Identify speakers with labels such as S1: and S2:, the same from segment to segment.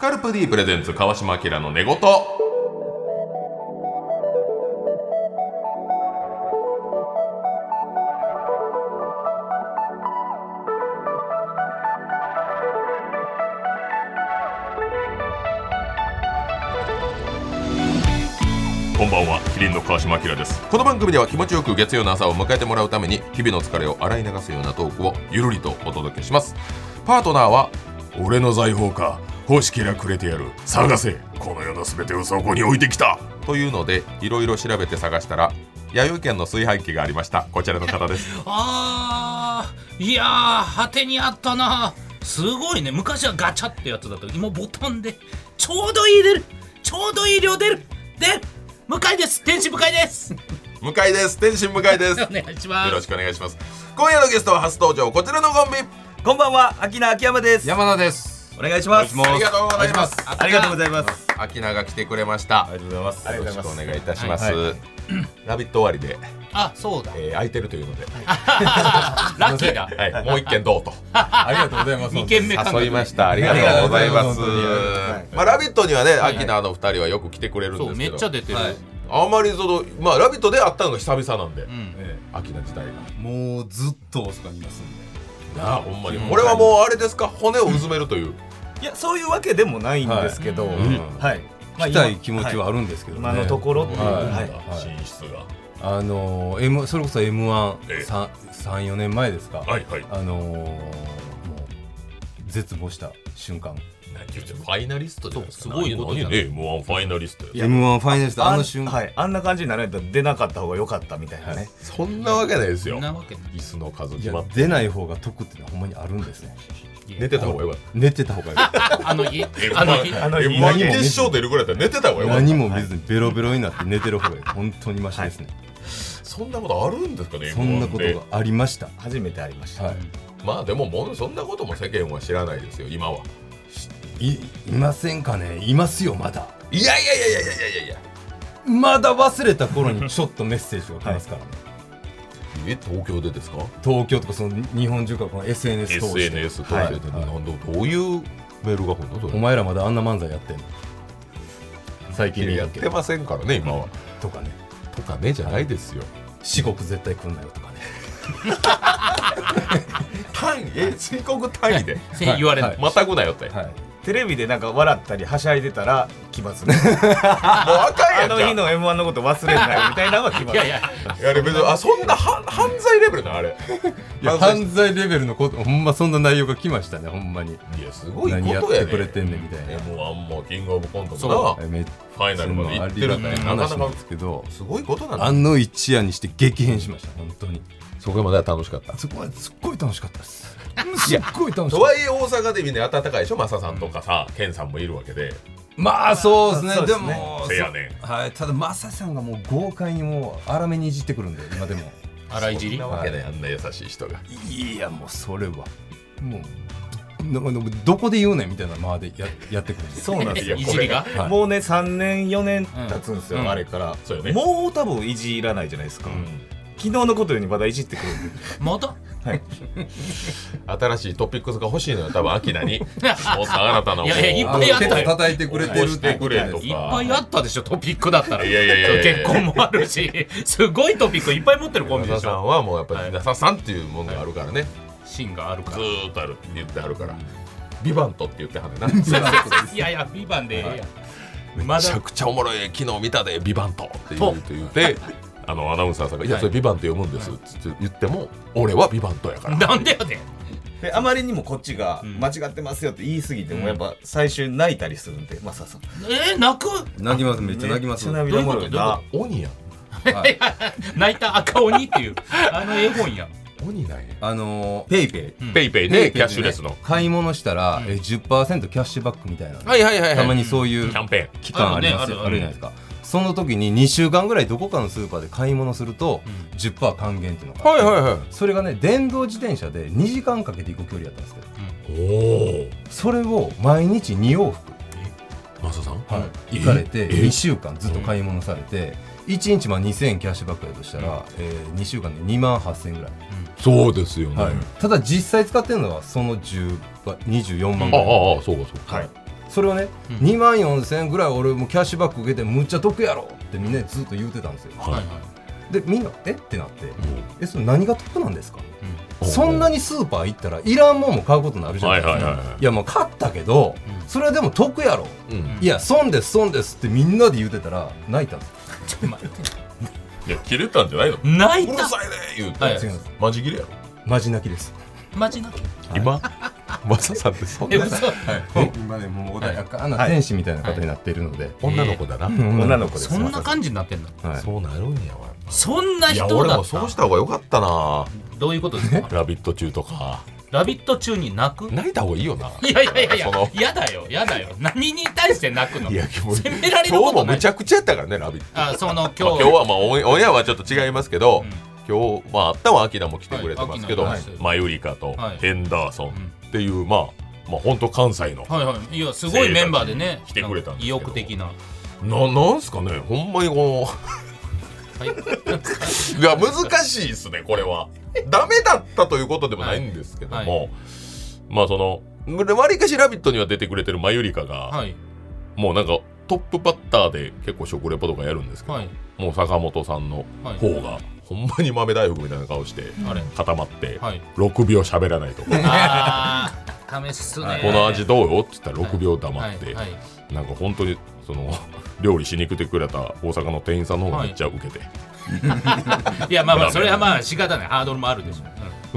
S1: ップ D プレゼンツ川島明の寝言こんばんはキリンの川島明ですこの番組では気持ちよく月曜の朝を迎えてもらうために日々の疲れを洗い流すようなトークをゆるりとお届けしますパートナーは俺の財宝か欲しけりゃくれてやる探せこの世の全てをそこに置いてきたというのでいろいろ調べて探したら弥生県の炊飯器がありましたこちらの方です
S2: あーいやー果てにあったなすごいね昔はガチャってやつだったけど今ボタンでちょうどいい出るちょうどいい量出る出る向井です天使向井です
S1: 向井です天心向井ですよ
S2: お願いします
S1: ろしくお願いします今夜のゲストは初登場こちらのコンビ
S3: こんばんは、秋名秋山です。
S4: 山田です。
S3: お願いします。
S1: ありがとうございます
S3: ありがとうございます。
S1: 秋名が来てくれました
S3: りがとうございます。あり
S1: よ
S3: が
S1: ろ
S3: とう
S1: しくお
S3: ございます。
S1: 願いいたします、
S3: はい
S1: ラビット終わりで、
S2: あそうだ
S1: えー空いてるというので、
S2: ラッキーだ
S1: はい、もう一件どうと
S4: ありがとうございます。
S2: 二軒目
S1: 誘いました。ありがとうございます
S4: ありがとうございますはい。
S1: まあ、ラビットにはね、アキナの二人はよく来てくれるん
S2: そうめ
S1: で
S2: っ
S1: す
S2: ちゃ
S1: けど。
S2: 出てる、
S3: はい
S1: あんまりその、まあ、ラビットで会ったのが久々なんで
S2: う、ん、
S4: え
S1: アキナ自体が。
S4: えもうずっと大阪にいますん
S1: なあ、ほんまに
S2: う。ん
S1: これはもうあれですか、骨をうずめるという。
S3: いや、そういうわけでもないんですけど、
S2: は
S3: はいい。
S1: うん
S4: で。来たい気持ちはあるんですけどね。
S3: 今のところっていう。
S4: はい
S3: はい
S4: はい
S1: 寝室が。
S4: あのー M それこそ M1
S1: ええ
S4: 三三四年前ですか。
S1: はいはい。
S4: あのーもう絶望した瞬間。
S1: なんて言ってファイナリストじゃないですか。
S2: そうすごいことじゃない
S1: 何何ね、もうファイナリストや。
S4: M1 ファイナリストあの瞬間。
S3: はい、あんな感じにならないと出なかった方が良かったみたいなね。
S1: そんなわけないです
S2: そ
S1: よ
S2: ん。なわけない
S1: 椅子の数
S4: い
S1: 決
S4: や
S1: まって。
S4: 出ない方が得ってのはほんまにあるんですね。
S1: 寝てた方がよかっ
S4: 寝てた方が いい。
S2: あの日
S1: た。
S2: あの日
S3: あの日
S1: M1 決勝出るぐらいだったら寝てた方がよかった。
S4: 何も見ずにベロベロになって寝てる方がいい。本当にマシですね。
S1: そんなことあるんですかね、
S4: そんなこ
S1: M1 で
S4: とがありました。
S3: 初めてありました。
S4: はい。
S1: まあでももうそんなことも世間は知らないですよ今はい
S4: いませんかねいますよまだ
S1: いやいやいやいやいやいやいや
S4: まだ忘れた頃にちょっとメッセージが来ますからね、
S1: え東京でですか
S4: 東京とかその日本中からこの SNS 通して
S1: SNS 通して、
S4: は
S1: な
S4: い
S1: んどどういうメールが来るのそ
S4: お
S1: れ
S4: 前らまだあんな漫才やってんの最近
S1: やってませんからね今は
S4: とかね
S1: とかねじゃないですよ
S4: 四国絶対来んなよとかね
S1: 単位え水国単位で
S2: せん言われない、
S4: は
S1: またぐなよって、もう
S4: はい
S3: テレビでなんか笑ったりはしゃいでたら来ますね。
S1: あかん
S3: あ
S1: やん
S3: の
S1: じゃあ
S3: 日の M1 のこと忘れないみたいなのは来ます。
S2: いやいや
S1: いやあれ別にあそんなは犯罪レベルなあれ
S4: いや
S1: 犯罪
S4: 犯罪レベルのことほんまそんな内容が来ましたねほんまに
S1: いやすごいことや
S4: 何
S1: ね
S4: やってくれてんねんみたいな
S1: M1 もキングオブコント
S2: そ
S1: も
S4: は
S1: ない
S4: めっ
S1: ファイナルまで行ってるって
S4: ありがた
S1: な
S4: い
S1: かな
S4: 話な
S1: か
S4: んですけど
S1: すごいことなんだ
S4: あの一夜にして激変しました本当に
S1: そこまでは楽しかった
S4: そこはすっごい楽しかったですすっごい楽しか
S1: と
S4: った
S1: はいえ大阪でみんな暖かいでしょマサさんとかさ、ケンさんもいるわけで
S4: まあそうですね
S3: そうで
S4: です
S3: ね
S4: も
S1: せやねん
S4: そはいただマサさんがもう豪快にもう荒めにいじってくるんで今でも
S2: 荒いじり
S1: そんなわけないあんな優しい人が
S4: いやもうそれはもうななどこで言うねんみたいな間でややってくるんです
S3: そうなんですよ。
S2: いじりが
S4: は い
S3: もうね3年4年経つんですよ、
S2: うん
S3: あれから、
S1: そうよね
S3: もう多分いじらないじゃないですか、昨日のことよりまだいじってくるんで
S2: また
S1: 新しいトピックスが欲しいのよ多分秋菜にもっと新たなものを
S2: いやいやいっぱ
S4: あ
S2: い
S4: の
S2: やった
S4: 手
S2: よ
S4: を叩いてくれてる
S1: 起こしてくれとか
S2: いっぱいあったでしょトピックだったら
S1: いやいやいやいや
S2: 結婚もあるしすごいトピックいっぱい持ってるコンビ
S1: マ
S2: で
S1: サ
S2: し
S1: さん
S2: ょ
S1: はもうやっぱりマサさんっていうものがあるからね、
S2: 芯があるか
S1: ず
S2: ら
S1: ーっとあるって言ってあるから「ビバントって言ってはんねんな
S2: いやいや、ビバンでええやん。ま
S1: めちゃくちゃおもろい昨日見たで「ビバントって言
S2: と
S1: うと言うてあのアナウンサーさんが「いやそれ「ビバント読むんです」って言っても「俺は「ビバントやから
S2: なんでやで。
S3: であまりにもこっちが
S2: ん
S3: 間違ってますよって言い過ぎてもやっぱ最終泣いたりするんでマサさん
S2: えー、泣く。
S4: 泣きますめっちゃ泣きます
S3: めっちゃ涙もろいな
S1: 鬼やん
S2: 泣いた赤鬼っていう、あの絵本やん。
S1: 鬼なんや
S4: あのーペイペ
S1: ペ
S4: イ
S1: イペイ
S4: ペイペ
S1: で
S4: イ
S1: キャッシュレスの
S4: 買い物したら、え10%キャッシュバックみたいなの
S1: いはいは
S4: たまにそういう
S1: キャンペーン
S4: 期間ありますよ
S2: あ
S4: あ
S2: るねあるある
S4: るじゃないですかその時に2週間ぐらいどこかのスーパーで買い物すると、10%還元っていうのがあって
S1: はいはいはい
S4: それがね電動自転車で2時間かけて行く距離やったんですけど
S1: お
S4: それを毎日2往復、
S1: おマサさん
S4: はい、行かれて
S1: ええ
S4: 2週間ずっと買い物されて1日まあ2000円キャッシュバックだとしたら、えー、2週間で2万8000円ぐらい、
S1: そうですよね
S4: ただ実際使ってるのはその10倍24万
S1: あ
S4: ぐらい
S1: ああそうかそうか
S3: はい
S4: それをね、2万4000円ぐらい俺もキャッシュバック受けてむっちゃ得やろってみんなでずっと言うてたんですよ
S1: はい
S2: はい
S4: でみんなえってなって、えそれ何が得なんですか
S1: うん
S4: そんなにスーパー行ったらいらんもんも買うことになるじゃないですか、
S1: はいいはいはいはい
S4: やもう買ったけど、
S2: うん
S4: それはでも得やろ、
S1: うん
S4: いや損です損ですってみんなで言うてたら泣いたんです
S2: ちょっと待っ
S1: い
S2: て
S1: や切れたんじゃないのう
S2: 泣い
S1: る
S2: た
S1: さいね言うて、
S2: はい
S4: 違うんです
S1: マジ切れやろ
S4: マジ泣きです
S2: マジ泣き
S1: 今 マサさんってそん
S2: え
S1: な
S2: 嘘
S4: 今ねもう穏やかな天使みたいな方になっているので、
S1: 女の子だな、
S3: 女の子です
S2: そんな感じになってんの
S4: はい
S1: そうなるんやわ
S2: そんない人
S1: や俺
S2: だ
S1: も
S2: っ
S1: そうしたた方が良かったな
S2: どういうことで すか
S1: 「ラビット!」中とか
S2: ラビット中に泣く
S1: 泣いた方がいいよない
S2: やいやいやいや
S1: その、
S2: やだよ、やだよ。何に対して泣くの
S1: いやもう
S2: 責められる
S1: 今
S2: こ
S1: 日も
S2: とな
S1: む
S2: い
S1: ち。ゃくちゃやったからね「ラビット!」
S2: あ、その
S1: まあ
S2: 今
S1: 今
S2: 日。
S1: 日はまあオンオンエアはちょっと違いますけど、
S2: うん
S1: 今日まああったはアキラも来てくれてますけど、
S2: はいアキラも
S1: マユリカと
S2: はい
S1: ヘンダーソ
S2: うん
S1: ンっていう、まあまあ本当関西の、
S2: はいはい。いや、すごいメンバーでね。
S1: 来てくれたんですけど
S2: 意欲的な。は
S1: ななんすかねほんまにこの
S2: い。
S1: いや難しいですねこれはダメだったということでもないんですけども、
S2: はいは
S1: まあそのわりかし「ラビット!」には出てくれてるマユリカが、
S2: はい。
S1: もうなんかトップバッターで結構食レポとかやるんですけど、
S2: はい。
S1: もう坂本さんの
S2: はい
S1: 方が、ほんまに豆大福みたいな顔して
S2: あれ
S1: 固まって、
S2: はい。
S1: 6秒喋らないとか。
S2: あー、試すね。
S1: この味
S2: で
S1: どうよって言ったら6秒黙って、
S2: はい。はい
S1: なんか本当にその 料理しに来てくれた大阪の店員さんの方がめっちゃウケて、
S2: いや、ま あまあ、それはまあ仕方ない。ハードルもあるでしょ。うん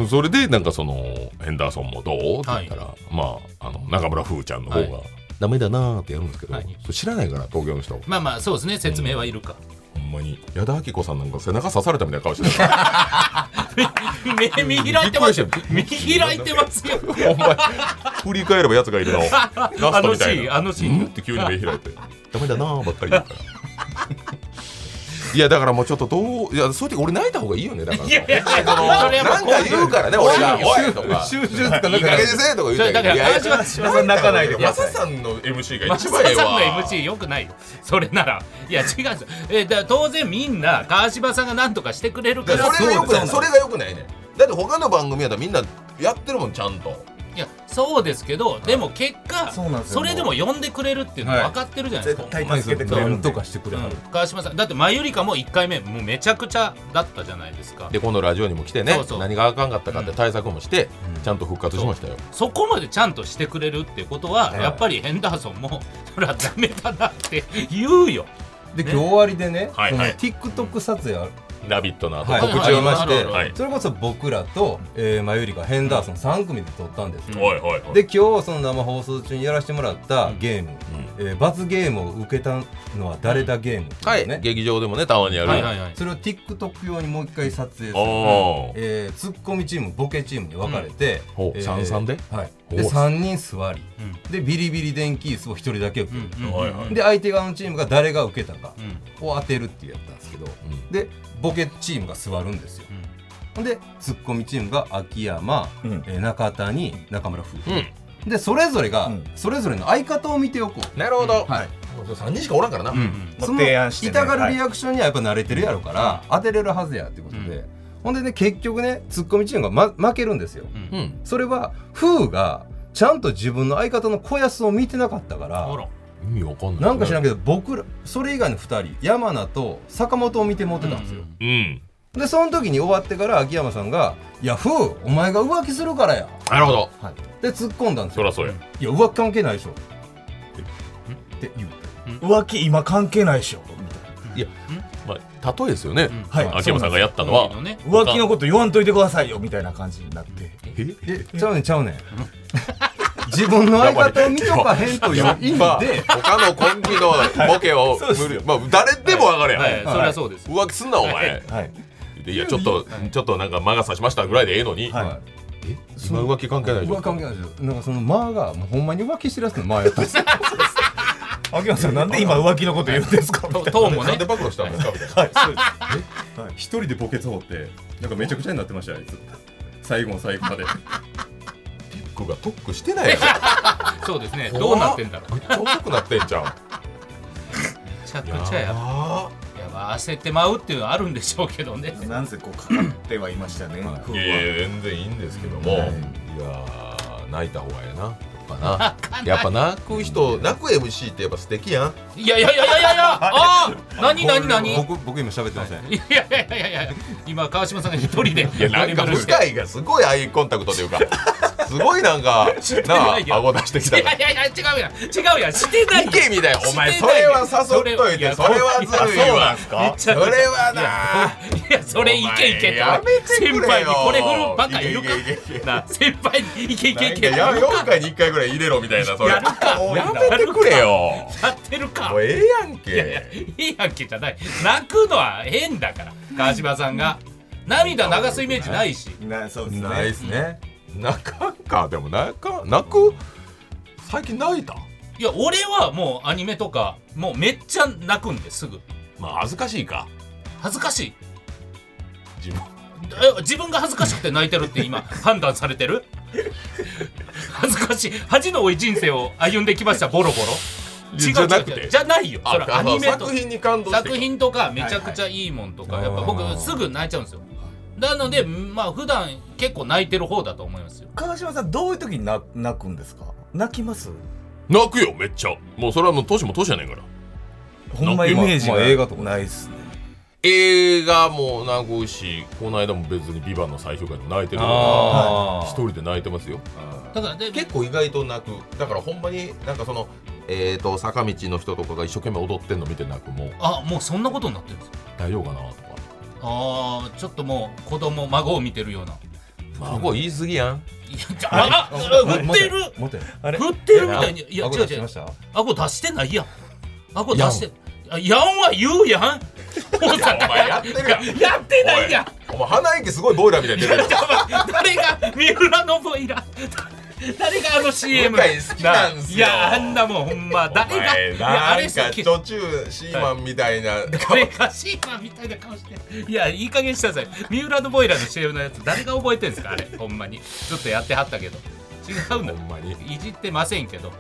S1: それでなんかそのヘンダーソンもどうって言ったら、まああの中村風ちゃんの方が、
S2: は
S1: ダメだなーってやるんですけど、
S2: はい
S1: それ知らないから東京の人
S2: まあまあ、そうですね。説明はいるか。
S1: ほんまに矢田亜希子さんなんか背中刺されたみたいな顔してたか
S2: 目見開いてますよ
S1: びっく。
S2: 見
S1: りしてる
S2: 開いてますよ。
S1: らほんまに振り返ればやつがいる のラストみたいな
S2: あのシーンあのシーン
S1: うんって急に目開いてダメだなーばっかり言うからいやだからもうちょっとどういやそういう時俺泣いた方がいいよねだから
S2: いやいやいや、それは
S1: なん
S2: もう
S1: か言うからね、俺が。おいと か。
S4: 収集つか
S1: いい加減にせえとか言うて
S2: だから
S1: や
S2: 川島
S3: 島さん泣かないでく
S1: マ
S3: ださ
S1: サ
S3: い
S1: さんの MC が
S2: マ
S1: 一
S2: サ
S1: 番え
S2: さん
S1: え
S2: の
S1: わ。
S2: MC よくないよそれならいや違うんですよえだから当然みんな川島さんが何とかしてくれるか
S1: だか
S2: ら
S1: らそれがよくない。
S2: そ
S1: そうれがよくないね。だって他の番組やったらみんなやってるもん、ちゃんと。
S2: いやそうですけどでも結果
S3: そうなんですよ
S2: それでも呼んでくれるっていうの
S4: はい
S2: 分かってるじゃないです
S3: 絶
S2: か、
S3: 対助けてくれるんで
S4: とかしてくれ
S2: う
S4: はる、
S2: ん、川島さんだってマユリカも1回目もうめちゃくちゃだったじゃないですか
S1: で、今度ラジオにも来てね
S2: そうそ、う
S1: 何があかんかったかって対策もして、ちゃんと復活しましたよ。
S2: そこまでちゃんとしてくれるってことは、やっぱりヘンダーソンもそれはダメだなって言うよ
S4: で
S2: ね
S4: 今日終わりでね、
S1: はいはい
S4: その TikTok 撮影ある
S1: ラビットの後
S4: はい、
S2: はい
S4: 告知をまして、
S2: はい
S1: はい
S4: それこそ僕らと、えー、マユリカヘンダーソン3組で撮ったんですよ、
S1: おいおいおい
S4: で今日その生放送中にやらせてもらったゲーム、えー罰ゲームを受けたのは誰だゲームって
S1: は
S4: いうのね、
S1: い、劇場でもね、たまにやる。
S2: はいはいはい
S4: それを TikTok 用にもう一回撮影する、
S1: おー
S4: えー、ツッコミチームボケチームに分かれて、
S1: うんほう
S4: えー
S1: 三々で
S4: はい、
S1: ほう
S4: で3人座り、
S2: う
S4: でビリビリ電気椅子を1人だけ受ける、
S2: うんうん
S1: はいはい
S4: で相手側のチームが誰が受けたか
S2: うん
S4: を当てるっていうやったんですけど、
S1: ん
S4: でボケチームが座るんですよ
S2: うん
S4: ほんでツッコミチームが秋山、
S3: うん
S4: えー中谷中村夫婦、
S1: うん。
S4: でそれぞれが、
S3: うん
S4: それぞれの相方を見ておこう
S1: なるほど。
S4: はい
S1: 3人しかおらんからな。
S2: うんうん
S3: もう提案してね
S4: その痛がるリアクションにはやっぱ慣れてるやろから、当てれるはずやってことで、
S2: うん
S4: ほんでね結局ねツッコミチームが、ま、負けるんですよ、
S2: うん
S1: うん。
S4: それはフーがちゃんと自分の相方の肥やすを見てなかったか
S2: あ
S4: ら
S2: ら
S1: 意味わかんない。
S4: なんか知らん
S1: け
S4: けど僕らそれ以外の2人山名と坂本を見てもってたんですよ、
S2: うん
S1: ど。うん。
S4: でその時に終わってから秋山さんが「いやフーお前が浮気するからや」
S1: なるほど。
S4: で突っ込んだんです
S1: そ
S4: よ
S1: らそうや。
S4: 「いや浮気関係ないでしょ」って言う
S3: 浮気今関係ないでしょみたい
S1: いや、まあ、例えですよね。
S2: ん
S3: はい
S1: 秋山さんがやったのは。
S2: そうね
S3: な浮気のこと言わんといてくださいよみたいな感じになって
S1: え
S4: えちゃうねんちゃうねん 自分の相方を見とかへんという意味
S1: まあ
S4: で、
S1: 他のコンビのボケを無理、まあ、誰でも分かるやん、
S2: はい、それはそうです。
S1: 浮気すんなお前、
S3: はい
S1: い、やちょっと、ちょっとなんか魔が差しましたぐらいでええのに、
S3: はい
S4: はい
S1: え今浮気関係ないでし
S4: 浮気
S1: ょ
S4: 関係ないでしょなんかその間がもうほんまに浮気してるやつの間やったんですよ
S3: 秋山さんなんで今浮気のこと言うんです かみた
S2: ト
S3: い
S2: トーンも
S1: なん
S2: ね
S1: で、暴露したんですかみたいな
S3: なはいそうです
S5: 一人でボケツ掘ってなんかめちゃくちゃになってましたよあいつ最後の最後まで
S1: ピックがトックしてないや
S2: そうですね、
S1: ろ
S2: どうなってんだろう。
S1: めっちゃ遅くなってんじゃん
S2: めちゃく
S1: や
S2: ちゃやば
S1: ば
S2: いやばい焦ってまうっていうのはあるんでしょうけどね。
S3: なんせこうかかってはいましたね。
S1: いやいや全然いいんですけども、い、やー泣いた方がええなぱな やっぱ泣く人泣く MC ってやっぱ素敵やん
S2: いやいやいやいやい やいやあー何何何い
S4: 僕僕今喋ってません、
S2: やいやいやいやいや今川島さんが一人で
S1: いやなんか
S2: 丸々
S1: 向井がすごいアイコンタクトというかすごいなんかなあ
S2: ないよ
S1: 顎出してき
S2: い
S1: たから
S2: やいやいや違うやん違うやんしてない
S1: 意見みたいなお前
S2: して
S1: そ
S2: ない
S1: れ
S2: よ
S1: は誘っといてそ
S2: それ
S1: れはずるいわそれはない
S2: やそれいけいけって
S1: やめてくれよ
S2: 先輩にこれ振るバカいるか
S1: いけいけいけ
S2: な先輩にいけいけいけ
S1: なんかや4回に1回ぐらい入れろみたいなそれ
S2: やるか
S1: もうやめてくれよ
S2: やってるか
S1: もうええやん
S2: いやいや
S1: け
S2: いいやんけじゃない泣くのは変だから川島さんが涙流すイメージないし
S3: なそうですね
S1: ないっすね泣かんかでも泣かん泣く最近泣いた
S2: いや俺はもうアニメとかもうめっちゃ泣くんですぐ
S1: まあ恥ずかしいか
S2: 恥ずかしい
S1: 自分
S2: え自分が恥ずかしくて泣いてるって今判断されてる恥ずかしい恥の多い人生を歩んできましたボロボロ違う違
S1: じゃ
S2: う
S1: なく
S2: 違う
S1: て
S2: じゃないよそれ
S1: あ
S2: アニメと
S1: 作品に感動して
S2: 作品とかめちゃくちゃいいもんとか、
S4: はいはい
S2: やっぱ僕すぐ泣いちゃうんですよなのでまあ普段結構泣いてる方だと思いますよ
S3: 川島さんどういう時にな泣くんですか泣きます
S1: 泣くよめっちゃもうそれはもう年も年やねんから
S3: ほんまイメージ
S4: まあまあ映画と
S3: が
S4: か
S3: ないっすね
S1: 映画も泣くしこの間も別に「ビバンの最終回でも泣いてるから
S4: あ
S1: 一人で泣いてますよ
S2: だからで
S1: 結構意外と泣くだからほんまになんかそのえー、と坂道の人とかが一生懸命踊ってんの見て泣くもう
S2: あもうそんなことになってるんですよ
S1: 大丈夫かなとか
S2: ああちょっともう子供孫を見てるような
S1: 孫言い過ぎや ん
S2: いやじゃあああ振ってる
S4: 持て持て
S3: あれ
S2: 振ってるみたいにいや
S4: あこ
S2: 違
S4: れ
S2: う
S4: 出し
S2: 違
S4: ま
S2: う
S4: した
S2: 顎出してないやん顎出してあやんは言うやん大阪
S1: 前やってるやん
S2: いやってないやん
S1: お前鼻息すごいボイラーみたいに出てる
S2: じゃあお前誰が三浦のボイラ誰があの CM
S1: 向井好きなんすよ
S2: いやあんなもんほんま誰が
S1: お前
S2: いやあ
S1: な
S2: れ
S1: ん
S2: 好
S1: か
S2: き
S1: 途中シーマンみたい な顔
S2: 誰がシーマンみたいな顔していやいい加減にしてください三浦のボイラーの CM のやつ誰が覚えてんすかあれほんまにちょっとやってはったけど違うんだ
S1: ほんまに
S2: いじってませんけど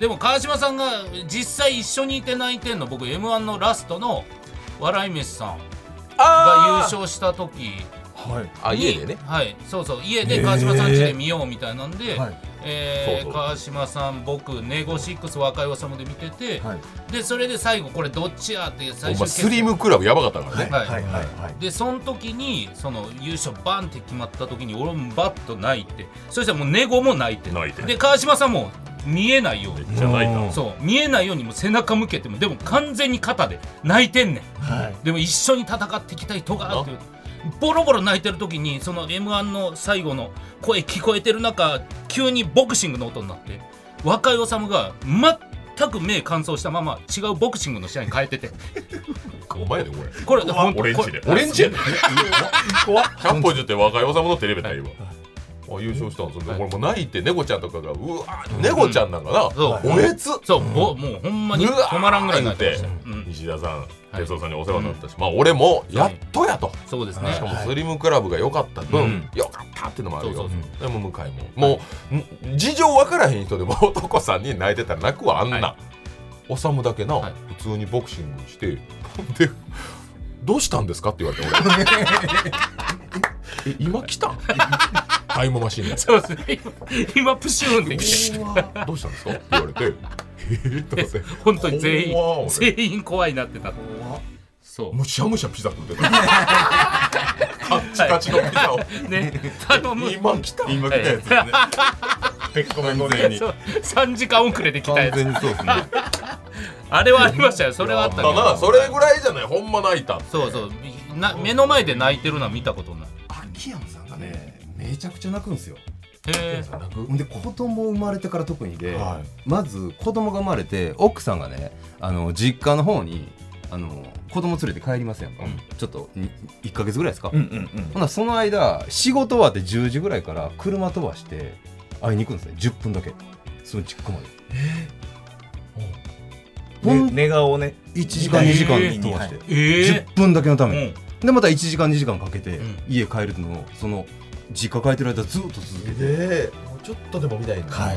S2: でも川島さんが実際一緒にいて泣いてんの僕 m 1のラストの笑い飯さんが優勝した時
S3: はい
S1: あ
S2: に
S1: 家でね
S2: はいそうそう家で川島さん家で見ようみたいなんで、
S3: はい
S2: えー
S1: そうそう
S2: 川島さん僕ネゴシックス若い王様で見てて、
S3: はい
S2: でそれで最後これどっちやって
S1: お
S2: 最終
S1: 前
S2: 決
S1: スリムクラブやばかったからね
S2: はい、
S3: はいはい
S2: でその時にその優勝バンって決まった時に俺もバッと泣いてそしたらもうネゴも泣いて
S1: 泣いて
S2: で川島さんも見えないように
S1: じゃないな
S2: そう見えないようにもう背中向けてもでも完全に肩で泣いてんねん
S3: はい
S2: でも一緒に戦っていきたいとかっていうボロボロ泣いてる時にその m 1の最後の声聞こえてる中急にボクシングの音になって若い治が全く目乾燥したまま違うボクシングの試合に変えてて
S1: お前やで これ
S2: これほんと
S1: オレンジで
S2: これ
S1: オレン ジやで100歩譲って若いおさむのテレビだ今あ優勝したんですよ、
S2: はい
S1: これもう泣いて猫ちゃんとかがうわー猫ちゃんなんかな、
S2: そう
S1: おえつ
S2: そう、ぼもうほんまに
S1: うわー
S2: 止まらんぐらいになってましたよ、う
S1: うん
S2: ん、
S1: 西田さん
S2: い
S1: 哲夫さんにお世話になったし、まあ俺もやっとやと、
S2: そうです
S1: しか
S2: ね
S1: もスリムクラブが良かった分、
S2: うん
S1: 良かったっていうのもあるよ
S2: そうそう
S1: でも向井ももう、ん事情分からへん人でも男さんに泣いてたら泣くわあんな、
S2: は
S1: おさむだけな、
S2: はい
S1: 普通にボクシングしてでどうしたんですかって言われ て俺え今来たんタイムマシンで
S2: そうですね今今プシューンってきて
S1: どうしたんですか?」って言われて「えっ?」とかって
S2: 本当に全員
S1: 怖っ俺
S2: 全員怖いなってたそう
S1: むしゃむしゃピザ食ってたカッチカチのピザを
S2: ね頼む
S1: 今来た今
S2: 来たやつですね
S1: ペッコペコで
S2: そう3時間遅れて来たや
S4: 完
S2: つ
S4: 全にそうですね
S2: あれはありましたよそれはあったけ
S1: だな
S2: ど
S1: それぐらいじゃないほんま泣いた
S2: そうそうな目の前で泣いてるのは見たことない
S4: 秋山さんがねめちゃくちゃ泣くんですよ
S2: へえ
S1: 泣く
S4: ほんで子供生まれてから特にで、
S1: は
S4: まず子供が生まれて奥さんがねあの実家の方にあの子供連れて帰りますやんか、
S2: うん
S4: ちょっと1か月ぐらいですか、
S3: うんうんうん
S4: ほなその間仕事終わって10時ぐらいから車飛ばして会いに行くんですね10分だけその実家までほん
S3: ね寝顔をね
S4: 1時間
S2: えー
S4: 2時間飛ばして、
S2: ええ
S4: 10分だけのために、
S2: うん
S4: でまた1時間2時間かけて
S2: うん
S4: 家帰るのをその実家帰ってる間ずっと続けて
S1: でもうちょっとでも見たいな
S3: は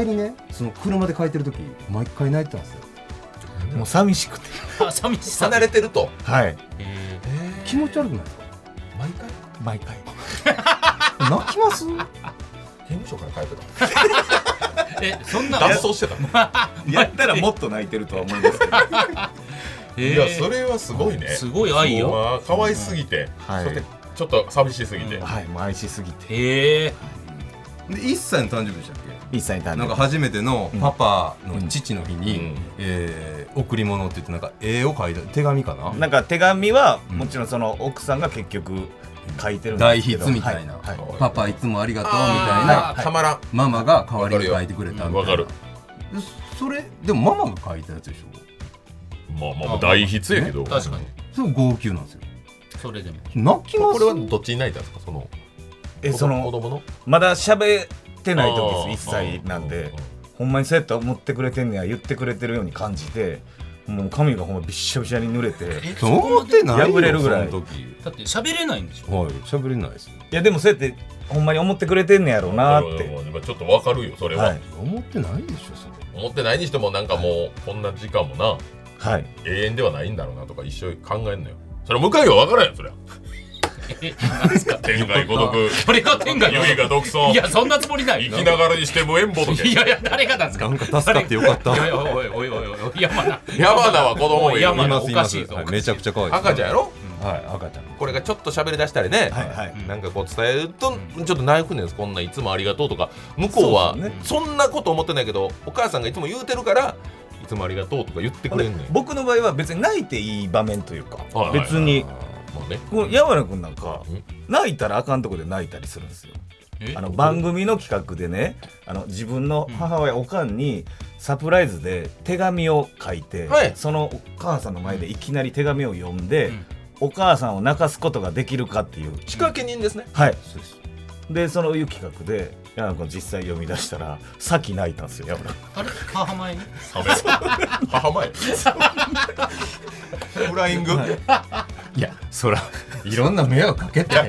S3: い
S4: 帰りねその車で帰ってる時毎回泣いてたんですよ
S3: もう寂しくて
S2: あ寂しさ
S1: 離れてると
S3: はい
S2: え
S4: 気持ち悪くないですか
S1: 毎回
S3: 毎回
S4: 泣きます
S1: 刑務所から帰ってた
S2: えそんな
S1: 脱走してた
S3: やったらもっと泣いてるとは思いますけど
S2: え
S1: いやそれはすごいね
S2: すごい愛よ
S1: よ可愛すぎて
S3: はい
S1: そしてちょっと寂しすぎて
S3: はいもう愛しすぎて
S2: へえ
S4: で1歳の誕生日でしたっけ
S3: 一歳誕
S4: なんか
S3: 生
S4: 初めてのパパの父の日に、
S1: うん
S4: えー贈り物って言ってなんか絵を描いた手紙かな、
S3: 日なんか手紙は
S4: うん
S3: もちろんその奥さんが結局書いてるんで
S4: 大
S3: すけど
S4: 筆みたいな、
S3: はいはい
S4: パパいつもありがとうみたいな
S1: あーたまらん
S4: ママが代わりに書いてくれたみたいな
S1: わかる
S4: でそれでもママが書いたやつでしょ
S1: まあまあまあ大筆やけど
S2: 確かに
S4: それ号泣なんですよ
S2: それでも
S4: 泣きます
S1: これはどっちに泣いたんですかその
S3: えそ
S1: 子
S3: の
S1: 供の
S3: まだ喋ってない時
S1: あー
S3: です一歳なんで
S1: あー
S3: ほんまにそうやって思ってくれてんねや言ってくれてるように感じてもう髪がほんまびっしょびしょに濡れて
S2: え
S4: そう思ってないよ
S3: 破れるぐらい
S4: その時
S2: だって喋れないんでしょ
S4: はい喋れないですよ
S3: いやでもそうやってほんまに思ってくれてんねやろうなーっ
S1: ま
S3: て
S1: あまあちょっとわかるよそれ
S3: は
S1: はい
S4: 思ってないでしょそれ
S1: 思ってないにしてもなんかもうこんな時間もな
S3: はい
S1: 永遠ではないんだろうなとか一生考えんのよそれ向井は分からんよそりゃ
S2: え
S1: 天外孤独
S2: それが天下
S1: 唯我独尊
S2: いやそんなつもりない
S1: 生きながらにして無縁ボとけ
S2: いやいや誰がなんですか
S4: なんか助かってよか
S2: い
S4: っ
S2: や
S4: た
S2: いやおいおいおいおいおい山田
S1: 山田は子供もいる
S2: 山田
S4: いま
S2: お
S4: すい
S2: か
S4: ま
S2: し
S4: す
S2: いぞ
S4: はいめちゃくちゃ可愛いです
S1: 赤ちゃんやろ
S4: はい赤ちゃん
S1: これがちょっと喋り出したりね、
S3: はいはい
S1: なんかこう伝えるとちょっと泣くねんですこんないつもありがとうとか向こうは
S3: そうですね
S1: そんなこと思ってないけどお母さんがいつも言うてるからいつもありがとうとか言ってくれんねん
S3: 僕の場合は別に泣いていい場面というか
S1: はいはいはい
S3: 別に
S1: まあね
S3: この山田君なんか
S1: うん
S3: 泣いたらあかんとこで泣いたりするんですよ
S2: え
S3: あの番組の企画でねあの自分の母親おかんにサプライズで手紙を書いて、
S1: はい
S3: そのお母さんの前でいきなり手紙を読んで、
S2: うん
S3: お母さんを泣かすことができるかっていう、
S1: 仕掛け人ですね
S3: はいでそのいう企画で山田君実際読み出したらさっき泣いたんですよ山田君
S2: あれ母前に
S1: 母前フライング
S4: いやそらいろんな迷惑かけて
S1: い
S4: ね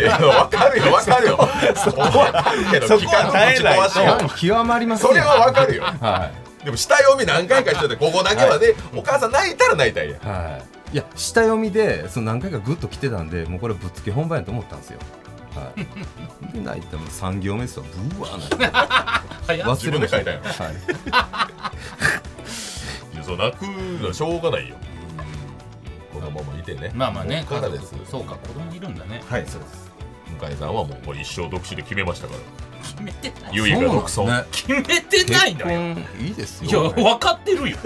S1: や分かるよ分かるよそこはあるけど
S3: そ
S1: 期
S3: こは
S1: 間のぶち壊しよ
S4: 極極まりません
S1: それは分かるよ
S4: は
S1: でも下読み何回かしててここだけはねお母さん泣いたら泣いたんや
S4: いはいいや下読みでその何回かグッと来てたんでもうこれぶっつけ本番やと思ったんですよはいで泣いても3行目ですわブワー泣いて
S2: 早っ
S4: 忘れまし
S1: 自
S4: た
S1: 分で書いたんやろ
S4: はい
S1: いやそう泣くのはしょうがないよ子供もいてね
S2: まあまあね
S1: こっからです
S2: 家族そうか子供いるんだね
S3: はいそうです
S1: 向井さんはもうこれ一生独身で決めましたから
S2: 決めてない
S1: 唯我独
S4: そう
S1: 尊
S4: なんですね
S2: 決めてないのよ
S4: 結婚いいです
S2: いや
S4: よ
S2: 分かってるよ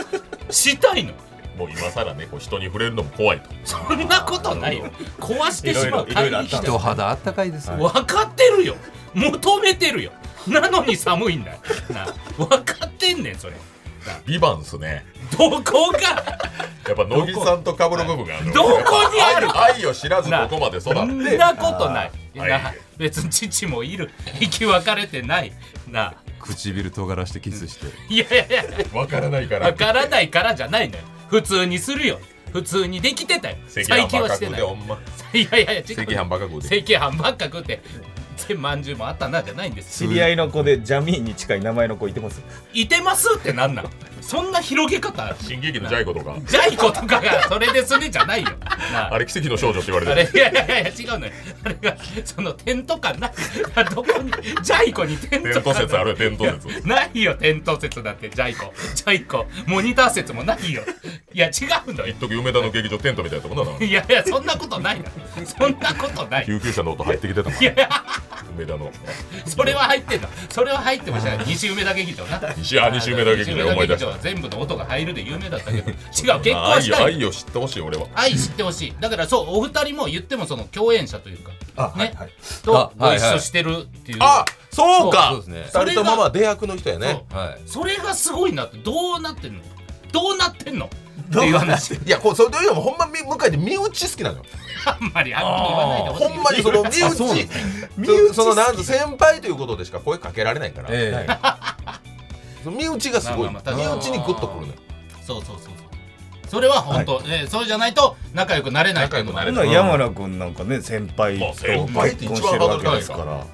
S2: したいの
S1: もう今更ねこう人に触れるのも怖いと
S2: そんなことないよ壊してしまう
S3: いろいろいろいろあ
S2: 怪力
S3: った
S2: だ
S4: 人肌あったかいですよ、
S2: 分かってるよ求めてるよなのに寒いんだよな分かってんねんそれ
S1: ビバンスね
S2: どこが
S1: やっぱ乃木さんと被る部分がある
S2: どこにある
S1: やっぱ愛愛を知らずこ
S2: な
S1: こまで育
S2: そ
S1: っ
S2: ん
S1: て
S2: なことない
S1: はい
S2: な別に父もいる生き別れてないな
S4: 唇尖らしてキスして
S2: いやいやいや
S1: わからないから
S2: わからないからじゃないのよ普通にするよ普通にできてたよ
S1: 赤
S2: 最近
S1: 飯
S2: は
S1: ばっか
S2: して
S1: 食う
S2: ない
S1: でほんま
S2: いやいやいや
S1: 赤飯ばっか食うで
S2: 赤飯ばっか食って全まんじゅうもあったなじゃないんです
S3: 知り合いの子でジャミーンに近い名前の子いてます
S2: いてますってなんなんそんな広げ方ある
S1: 進撃のジャイ子とか
S2: ジャイ子とかがそれですねじゃないよな
S1: あれ奇跡の少女って言わ
S2: あ
S1: れて
S2: れ
S1: る
S2: いやいやいや違うのよあれがその点とかなどこにジャイ子に点
S1: 伝
S2: とか
S1: 統説ある伝統説
S2: ないよ点と説だってジャイ子ジャイ子モニター説もないよいや違うのよ
S1: 一時梅田の劇場テントみたいなとこだない
S2: やいや、そんなことないな。そんなことない。
S1: 救急車の音入ってきてたもん
S2: いやいや、
S1: 梅田の
S2: それは入ってんだ。それは入ってましたね。西梅田劇場な。
S1: 西あ西梅田劇場思い出
S2: 西梅田劇
S1: し
S2: 場
S1: た
S2: は全部の音が入るで有名だったけど、違う、結婚し
S1: 愛を
S2: たい。
S1: 愛を知ってほしい俺は
S2: 愛知ってほしい。だからそう、お二人も言ってもその共演者というか、
S3: あ
S2: ね、
S3: はいはい
S2: と
S4: あは
S2: ご
S4: い
S2: 一
S4: はい
S2: 緒してるっていう。
S1: あそう
S4: そ
S1: か
S4: うですね
S2: そ
S1: 二
S2: れ
S1: 人
S2: が
S1: ともまあ出役の人や
S2: そう
S1: ね
S4: はい
S2: それがすごいなって、どうなってんのどうなってんのっていう話。
S1: いやこうそれというよりもほんまみ向かいて身内好きなのよ
S2: あんまりあんまり言わないでほしい。
S1: ほんまにその身内
S4: あそうなんで
S1: 身内そのなんと先輩ということでしか声かけられないから、
S4: ええ
S1: その身内がすごい、
S2: まあまあまあ
S1: 身内にグッとくるのよ
S2: そうそうそうそう。それは本当、えーそれじゃないと仲良くなれないっていうのもある
S1: 仲良くなれない
S3: ほんなら山田君なんかね先輩
S1: まあ
S3: と
S1: 先
S3: 結
S1: 輩
S3: 婚
S1: って一番
S3: してるわけですから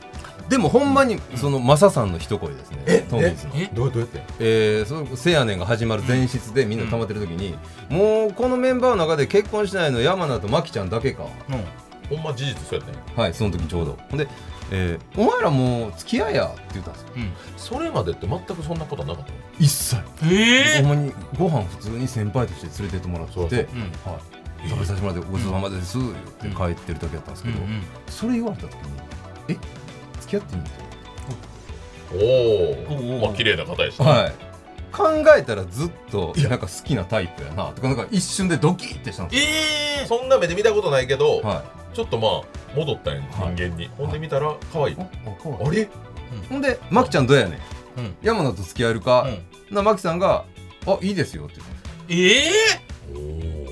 S4: でもほんまにそのマサさんの一声ですね、トミーズの
S2: え
S1: どうどうやって
S4: えー、そのせやねんが始まる前室でみんな溜まってる時に、もうこのメンバーの中で結婚しないの山名と真紀ちゃんだけか
S2: うん
S1: ほんま事実そうやったんや
S4: はいその時ちょうどほんでえーお前らもう付き合いやって言ったんですよ
S1: それまでって全くそんなことはなかったの
S4: 一切
S2: え
S4: ほ
S2: え
S4: んまにご飯普通に先輩として連れてってもらって
S1: そうそう
S2: うん
S4: はい、食べさせてもらってごちそうさまです言って帰ってるだけだったんですけど、それ言われた時にえ付き合っていいんだ
S1: お
S2: おうおう
S1: おまあ綺麗な方やしね
S4: はい考えたらずっとなんか好きなタイプやなとかなんか一瞬でドキッてしたんですよ
S2: ええ
S1: そんな目で見たことないけど、
S4: は
S1: ちょっとまあ戻ったんや人
S4: はい
S1: 間に、ほんで見たら可愛い、
S4: いああかわいい
S1: あれ
S4: ほんで「マキちゃんどうやねん、
S2: うん
S4: 山名と付き合えるか
S2: うん
S4: なマキさんが「あいいですよ」って言ったん
S2: え
S4: ですよ
S2: え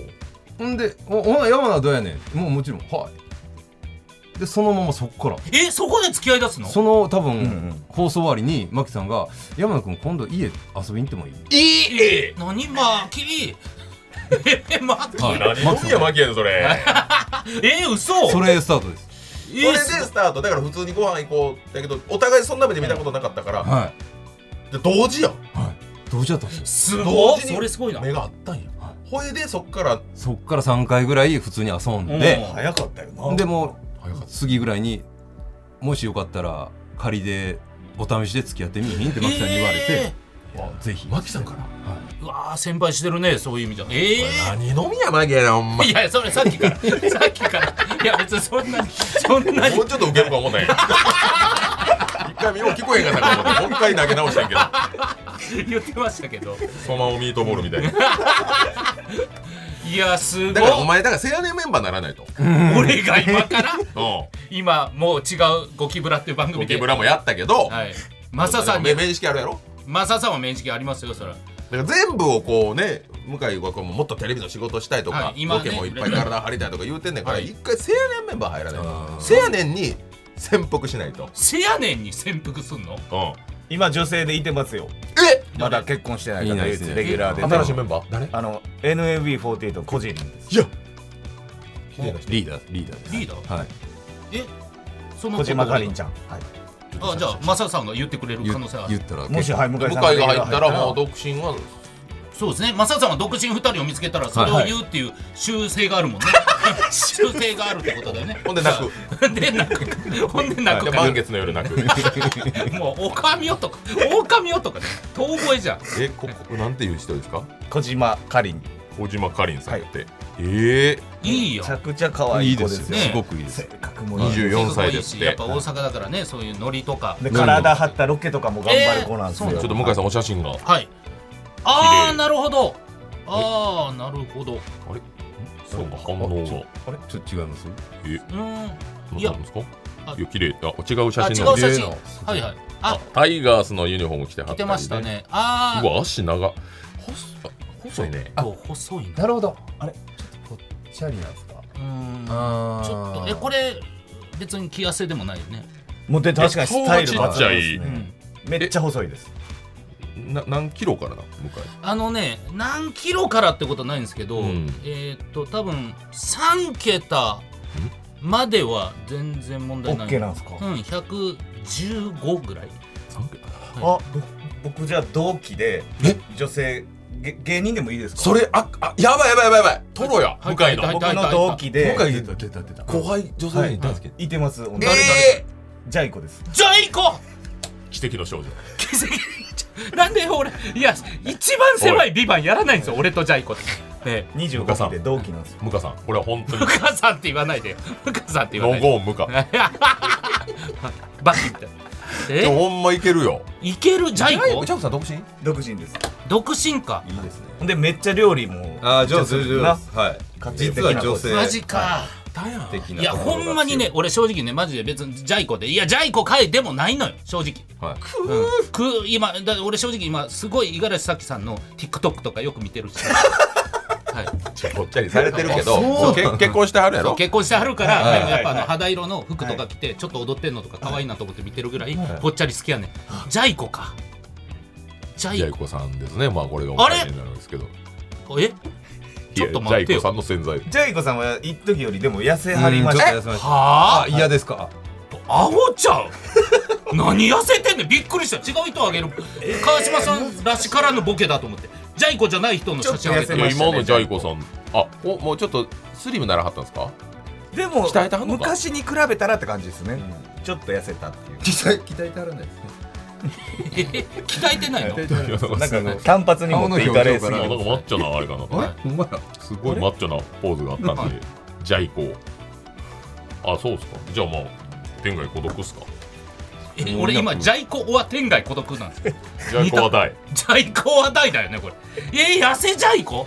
S1: おー
S4: ほんで「おほな山名どうやねん」もうもちろん「はい」でそのままそこから
S2: えそこで付き合い出すの
S4: その多分、
S3: うんうん
S4: 放送終わりにマキさんが「山名君今度家遊びに行ってもいい?」
S1: いい
S2: 何マーキーえー、マーキー、
S4: はい
S1: 何飲みやマキやねんそれ
S2: えー、嘘
S4: それスタートです
S2: え
S1: それ
S2: ー
S1: ですスタートだから普通にご飯行こうだけどお互いそんな目で見たことなかったから、
S4: は
S1: で同時やん
S4: いはいどうしちゃったんですよ
S2: すごい
S1: 同時に
S2: それすごいな
S1: 目があったんや
S4: は
S1: ほいでそっから
S4: そっから3回ぐらい普通に遊んで、
S3: 早かったよな
S4: でも
S1: 早かっ
S4: 次ぐらいにもしよかったら仮でお試しで付き合ってみいひんってマキさんに言われて、
S1: たわ
S4: ぜひ
S1: マキさんから
S2: うわー先輩してるねそういう意味じゃええ
S1: 何飲みやマキやねんほんま
S2: い
S1: も
S2: やそれさっきからさっきからいや別にそんなにそんなに
S1: うちょっとウケるか思ったんや一回見よう聞こえへんかったか思ってもう一回投げ直したんやけど
S2: 言ってましたけど
S1: そのままミートボールみたいな
S2: いやすごい
S1: だからお前だから青年メンバーならないと
S2: 俺が今から
S1: う
S2: 今もう違うゴキブラっていう番
S1: ん
S2: 組
S1: ゴ
S2: で
S1: キブラもやったけど
S2: はいマサさんに
S1: め面識あるやろ
S2: マサさんは面識ありますよそれ
S1: だから全部をこうね向井はこうもっとテレビの仕事したいとか、
S2: はい今ね
S1: ロケもいっぱい体張りたいとか言うてんねんから、
S2: はい
S1: 一回青年メンバー入らない
S4: あー
S1: と青年に潜伏しないと、
S2: せやねんに潜伏すんの
S3: 今女性でいてますよ
S1: え
S3: まだ結婚してない方
S4: いない
S3: で
S4: です
S3: す
S4: ね
S3: レギュラーで
S1: 新しいメンバー誰
S3: あの NAB48 個人です
S1: いや綺麗な人
S4: リーダーリーダーです
S2: リーダー
S4: はい
S2: その
S3: 小島かりんち
S2: ゃん
S3: ゃん、はい、
S2: あじゃあマサさんが言ってくれる可能性はあ
S4: 言
S2: る
S4: ったら
S3: もし、はい、向井
S1: 向
S3: さん
S1: 井が入ったらもう
S3: ど
S1: 独身は
S2: そうですねマサさんは独身二人を見つけたらそれを言うっていう習性があ るもんね習性があるってことだよね
S1: ほんで泣く
S2: で泣くほんで泣く
S1: で
S2: か
S1: 満月の夜泣く
S2: もうおかみよとかおかみよとかね遠吠えじゃん
S1: えここなんていう人ですか
S3: 小島かりん
S1: 小島かりんさんって、えー
S2: いいよ
S3: めちゃくちゃ可愛い子ですよ
S2: いいですよね
S4: すごくいいです
S3: 性格もいい
S1: 24歳ですすっ
S2: ごいしやってぱ大阪だからねそういうノリとか
S3: で体張ったロケとかも頑張る子なんですよ、
S2: えー
S1: ちょっと向井さんお写真が
S2: はいああなるほどああなるほどう
S1: そうか反応が
S4: あれちょっと違います
S2: ーんい
S1: い
S2: や
S1: やですか
S2: あ
S1: いや綺麗あ違う
S2: あ
S1: 写
S2: 違
S1: 真
S2: う写
S4: 例
S2: 真
S4: の
S2: はいはいあ
S1: タイガースのユニフォーム着てはったり
S2: 来てましたねあ
S1: う
S2: あ
S1: わ足長っ細あ細いね
S2: 細いな
S4: なるほどあれちょっとぽっちゃりなんですか
S2: うーんち
S4: あ
S2: ょっとえこれ別に気痩せでもないよね
S3: もうで確かにスタイル抜群です
S1: う
S2: う
S3: ね
S2: ん
S3: めっちゃ細いです
S1: な何キロからな向かい
S2: あのね何キロからってことはないんですけど、
S1: うん
S2: えーっと多分3桁までは全然問題ない
S3: OK なんですか、
S2: うん115ぐらい
S1: 3桁
S3: あぼ僕じゃあ同期で女性げ芸人でもいいですか
S1: それああやばいやばいやばいやばいトロや
S2: はい
S1: 向かい
S2: はい
S1: の
S3: 僕の同期で
S1: 向井出
S4: 出た出た出た
S1: 後輩女性にいたんですけど
S3: いてます女の子
S1: え
S3: ジャイコです
S2: じゃあ行こう
S1: ー奇跡の少女
S2: 奇跡 なんで俺いや一番狭いビバンやらないんですよ俺とジャイコってねえ
S1: 岡さ
S3: 25
S1: ん
S3: 期で同期なんですよ
S1: 向井さんこれは本当に
S2: ムカさんって言わないでよムカさんって言わ
S1: ノ
S2: ないで
S1: ゴーン向井
S2: バキみたいな
S1: でも
S2: え
S1: ほんまいけるよ
S2: いけるジャイコ
S1: ジャイコさん独身
S3: 独身です
S2: 独身か
S4: いいですね
S3: ほんでめっちゃ料理も
S4: あー上手上手
S3: な
S4: はい
S3: 家庭
S4: 実
S3: 的
S4: は
S3: な
S4: 女性
S2: マジか
S1: だやん
S4: 的ない
S2: やほんまにね俺正直ねマジで別にジャイコでいやジャイコかいでもないのよ正直
S4: はい
S2: うんく今だ俺正直今すごい五十嵐咲さんの TikTok とかよく見てる し、はい、
S1: ぽっちゃりされてるけど
S4: そう
S1: け結婚してはるや
S2: そう
S1: ろ
S2: 結婚してはるから、
S4: はいはい
S2: やっぱあの肌色の服とか着てちょっと踊ってんのとか可愛いなと思って見てるぐらいぽっちゃり好きやねんジャイコかジ
S1: ジ
S2: ャ
S1: ャ
S2: イ
S1: イ
S2: コ
S1: コさんですねまあこれがお
S2: あれ
S1: 金になるんですけど
S2: えちょっと待って
S1: いやジャイコ
S2: よ
S1: さんの洗剤
S3: ジャイコさんは一時よりでも痩せはりました
S4: うんちょっと休ませて
S2: は
S4: あ嫌ですか
S2: あアホちゃう 何痩せてんねんびっくりした違う人あげる、川島さんらしからぬボケだと思ってジャイコじゃない人の写真あげて
S3: ちょ
S1: い
S3: っと痩せま
S1: や
S3: したね
S1: 今のジャイコさんあおもうちょっとスリムならはったんですか
S3: でも
S1: 鍛えてはんのか
S3: 昔に比べたらって感じですね、ちょっと痩せたっていう
S4: 鍛え鍛えてはらないですね
S2: え鍛えてないの
S4: 鍛えて はらないです
S1: なんかあの
S3: 単発に持っていかれすぎ
S1: なんか
S3: る
S1: マッチョなあれかな
S4: あれほんまや
S1: すごいマッチョなポーズがあったん でじゃあ行こうあそうですかじゃあまあ天外孤独っす か
S2: え俺今ジャイコオア天外孤独なんですよ
S1: じゃあ行こうは
S2: ジャイコオア大だよねこれえー、痩せジャイコ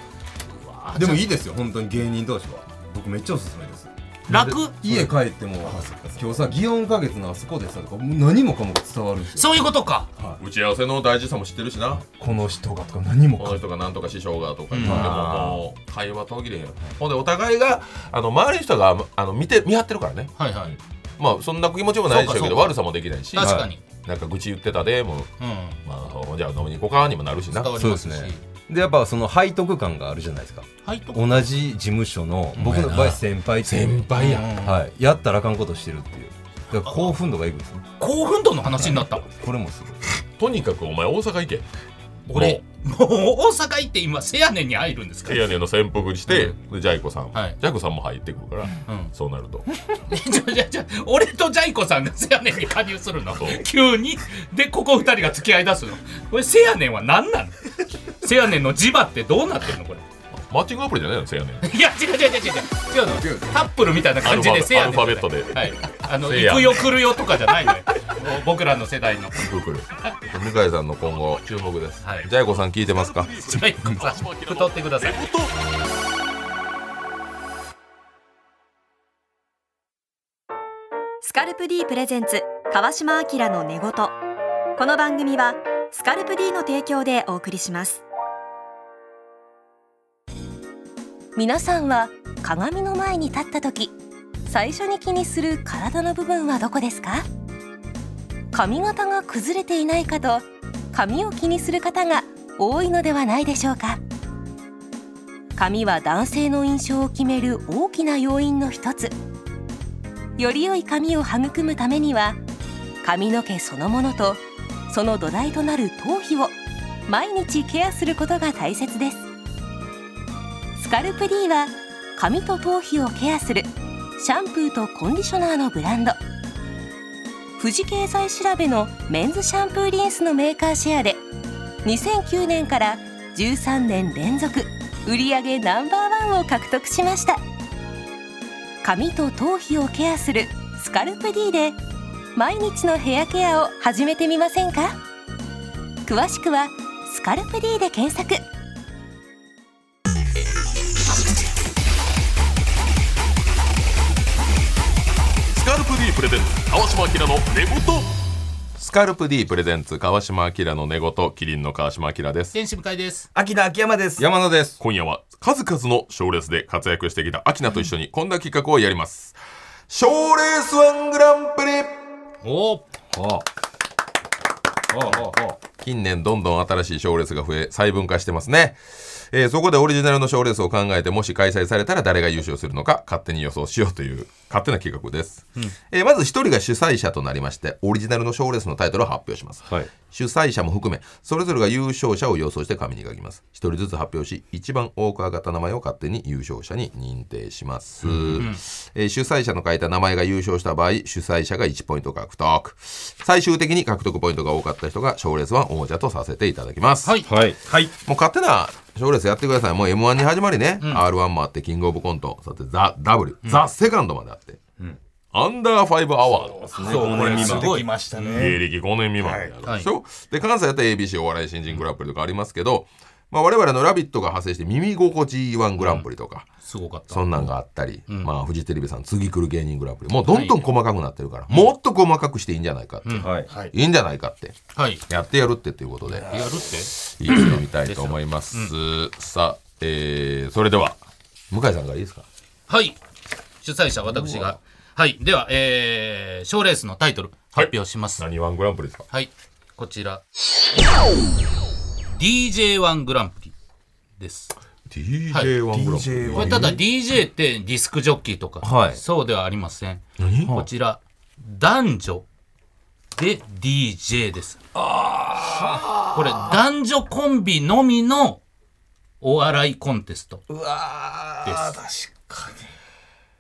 S2: うわー
S4: でもいいですよ本当に芸人同士は僕めっちゃおすすめです
S2: 楽
S4: 家帰っても今日さ祇園花月のあそこでさとかもう何もかもが伝わるんですよ
S2: そういうことか
S1: 打ち合わせの大事さも知ってるしな
S4: この人がとか何も
S1: こ
S4: か
S1: の
S4: も
S1: 人がなんとか師匠がとか
S2: うん
S1: でももう会話途切れへんほんでお互いがあの周りの人があの見て見張ってるからね
S2: はいはい
S1: まあそんな気持ちもないでしょうけ
S2: そうかそ
S1: ど
S2: うか
S1: 悪さもできないし
S2: 確かに
S1: はいなんか愚痴言ってたでもう
S2: うん
S1: まあじゃあ飲みに行こうかにもなるしな
S2: 伝わり
S4: そう
S2: ま
S4: ですす
S2: し
S4: ねでやっぱその背徳感があるじゃないですか
S2: はいと
S4: 同じ事務所の僕の場合先輩っていう
S1: 輩
S2: うん
S4: はい、やったらあかんことしてるっていうだから興奮度がいくんですね
S2: 興奮度の話になった
S4: これもすご
S1: と
S4: い
S1: にかくお前大阪行け
S2: 俺もう大阪行って今せやねんに入るんですか
S1: 部屋根の潜伏にして、でジャイコさん、
S2: はい
S1: ジャイコさんも入ってくるから、
S2: うん
S1: そうなると
S2: えちょちょちょ俺とジャイコさんがせやねんに加入するの
S1: そう
S2: 急にでここ二人が付き合い出すのこれせやねんは何なのせやねんの磁場ってどうなってんのこれ
S1: マッチングアプリじゃないのせ やねん
S2: いや違う違う違う違う違うのタップルみたいな感じでせやねん
S1: アルファベアルファベットで
S2: はい、あの
S1: せや
S2: 行くよ来るよとかじゃないのよもう僕らの世代の
S1: ブクル 向井さんの今後注目です、
S2: はい
S1: ジャイコさん聞いてますか
S2: ジャイコさん太ってください
S6: スカルプ D プレゼンツ川島明の寝言この番組はスカルプ D の提供でお送りします皆さんは鏡の前に立った時最初に気にする体の部分はどこですか髪型が崩れていないかと髪を気にする方が多いのではないでしょうか髪は男性の印象を決める大きな要因の一つより良い髪を育むためには髪の毛そのものとその土台となる頭皮を毎日ケアすることが大切ですスカルプ D は髪と頭皮をケアするシャンプーとコンディショナーのブランド富士経済調べのメンズシャンプーリンスのメーカーシェアで2009年から13年連続売上ナンバーワンを獲得しました髪と頭皮をケアするスカルプ D で毎日のヘアケアを始めてみませんか詳しくは「スカルプ D」で検索
S1: スカルプ D プレゼンツ川島明の寝言スカルプ D プレゼンツ川島明の寝言キリンの川島明です
S2: 天使向井です
S3: 秋田秋山です
S4: 山野です
S1: 今夜は数々の賞レースで活躍してきたアキナと一緒にこんな企画をやります賞レースワングランプリ
S2: おお
S4: あ
S1: 近年どんどん新しい賞レースが増え細分化してますね、えーそこでオリジナルの賞レースを考えてもし開催されたら誰が優勝するのか勝手に予想しようという勝手な企画です、えーまず1人が主催者となりましてオリジナルの賞レースのタイトルを発表します、
S4: はい
S1: 主催者も含めそれぞれが優勝者を予想して紙に書きます1人ずつ発表し一番多く上がった名前を勝手に優勝者に認定します、えー主催者の書いた名前が優勝した場合主催者が1ポイント獲得最終的に獲得ポイントが多かった人が賞レースは王者とさせていただきます、
S2: はい
S4: はい
S3: はい
S1: もう勝手な賞レースやってくださいもう m 1に始まりね、r 1もあってキングオブコントさてザ・ W、ザ・セカンドまであって、アンダーファイブアワー
S3: そうこれ見
S2: す
S3: て
S2: ごい
S3: きましたね
S1: 芸歴5年未満でやるでしょ、で関西だったら ABC お笑い新人グランプリとかありますけど、まあ、我々の「ラビット!」が発生して耳心地いい1グランプリとか、
S2: すごかった
S1: そんなんがあったり、まあ、フジテレビさん次来る芸人グランプリもうどんどん細かくなってるから、もっと細かくしていいんじゃないかって、
S3: はい
S1: いいんじゃないかって
S2: はい
S1: やってやるってということで
S2: やるって
S1: いいですよみたいと思います、さあ、えーそれでは向井さんからいいですか
S2: はい主催者私がはいではえー賞、レースのタイトル発表しますはい、
S1: 何ワングランプリですか
S2: こちら DJ1 グランプリですはい
S1: DJ1 グランプリ、
S2: これただ DJ ってディスクジョッキーとか、
S4: はい
S2: そうではありませんこちら男女で DJ ですこれ男女コンビのみのお笑いコンテスト
S3: うわー確か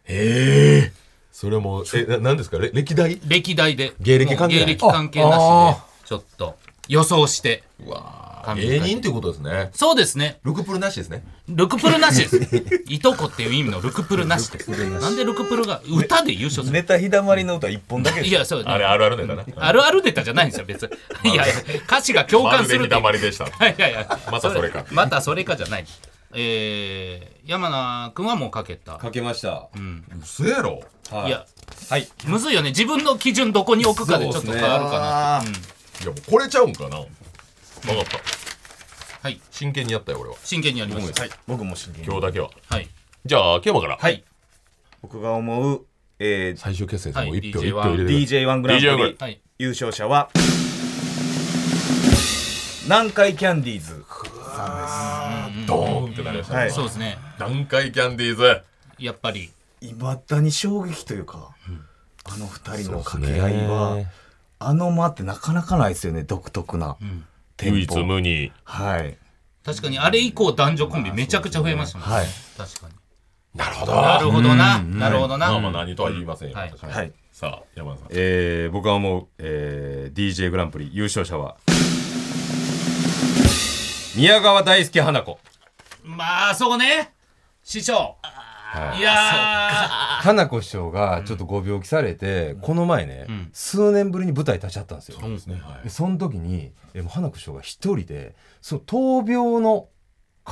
S1: ええそれもえな何ですかれ歴代
S2: 歴代で
S1: 芸歴関係ない
S2: もう芸歴関係なしでちょっと予想して
S1: うわ
S2: 神
S1: 芸人ということですね
S2: そうですね
S1: ルクプルなしですね
S2: ルクプルなしです。 いとこっていう意味のルクプルなしです。なんでルクプルが歌で優勝する
S3: ネタ日だまりの歌一本だけで
S2: い
S3: しょ
S2: や、そう
S1: あれ
S2: ね。
S1: あるあるネタな
S2: あるあるネタじゃないんですよ、別に。いや、歌詞が共
S1: ま
S2: 感
S1: る
S2: す
S1: で
S2: る
S1: に
S2: ってい
S1: だ
S2: う
S1: まりでした
S2: いやいや、
S1: またそれか
S2: またそれかじゃない。えー、山名君はもうかけた。
S4: かけました。
S1: 嘘やろ
S4: はい
S2: や、
S4: はい。
S2: むずいよね。自分の基準どこに置くかでちょっと変わるかな。
S3: あー
S1: いやもうこれちゃうんかな分かった
S2: はい。
S1: 真剣にやったよ俺は
S2: 真剣にやりました。はい。
S3: 僕も真剣に
S1: 今日だけは
S2: はい。
S1: じゃあ秋山から
S2: はい。
S3: 僕が思う、え
S1: 最終決戦でも
S2: はい
S1: 1票
S2: DJ
S1: 1票
S2: は
S1: 入れてく
S3: ー、
S1: れ
S3: DJ1 グランプ
S1: DJ グラン
S3: リ
S1: プ
S2: はい。
S3: 優勝者は南海キャンディーズ
S1: ドーンってなりましたね
S3: はい
S2: そうですね。
S1: 南海キャンディーズ
S2: やっぱり。
S3: いまだに衝撃というか、あの二人の掛け合い
S1: そう
S3: は、
S1: っすね
S3: あの間ってなかなかないですよね独特なテンポ
S1: 唯一無二
S3: はい
S2: 確かにあれ以降男女コンビめちゃくちゃ増えましたもんね。
S3: はい
S2: 確かに。
S1: なるほど
S2: なるほどな。なるほどな。
S1: まあまあ何とは言いませんよ
S2: はい
S1: 私
S3: はい
S1: さあ山田さん
S5: えー、僕は思う、えー、DJ グランプリ優勝者は宮川大輔花子
S2: まあ、そうね。師匠。いや
S4: 花子師匠がちょっとご病気されて、この前ね、
S2: ん
S4: 数年ぶりに舞台立ち会ったんですよ。
S1: ですねは
S4: でその時にえもう花子師匠が一人でその闘病の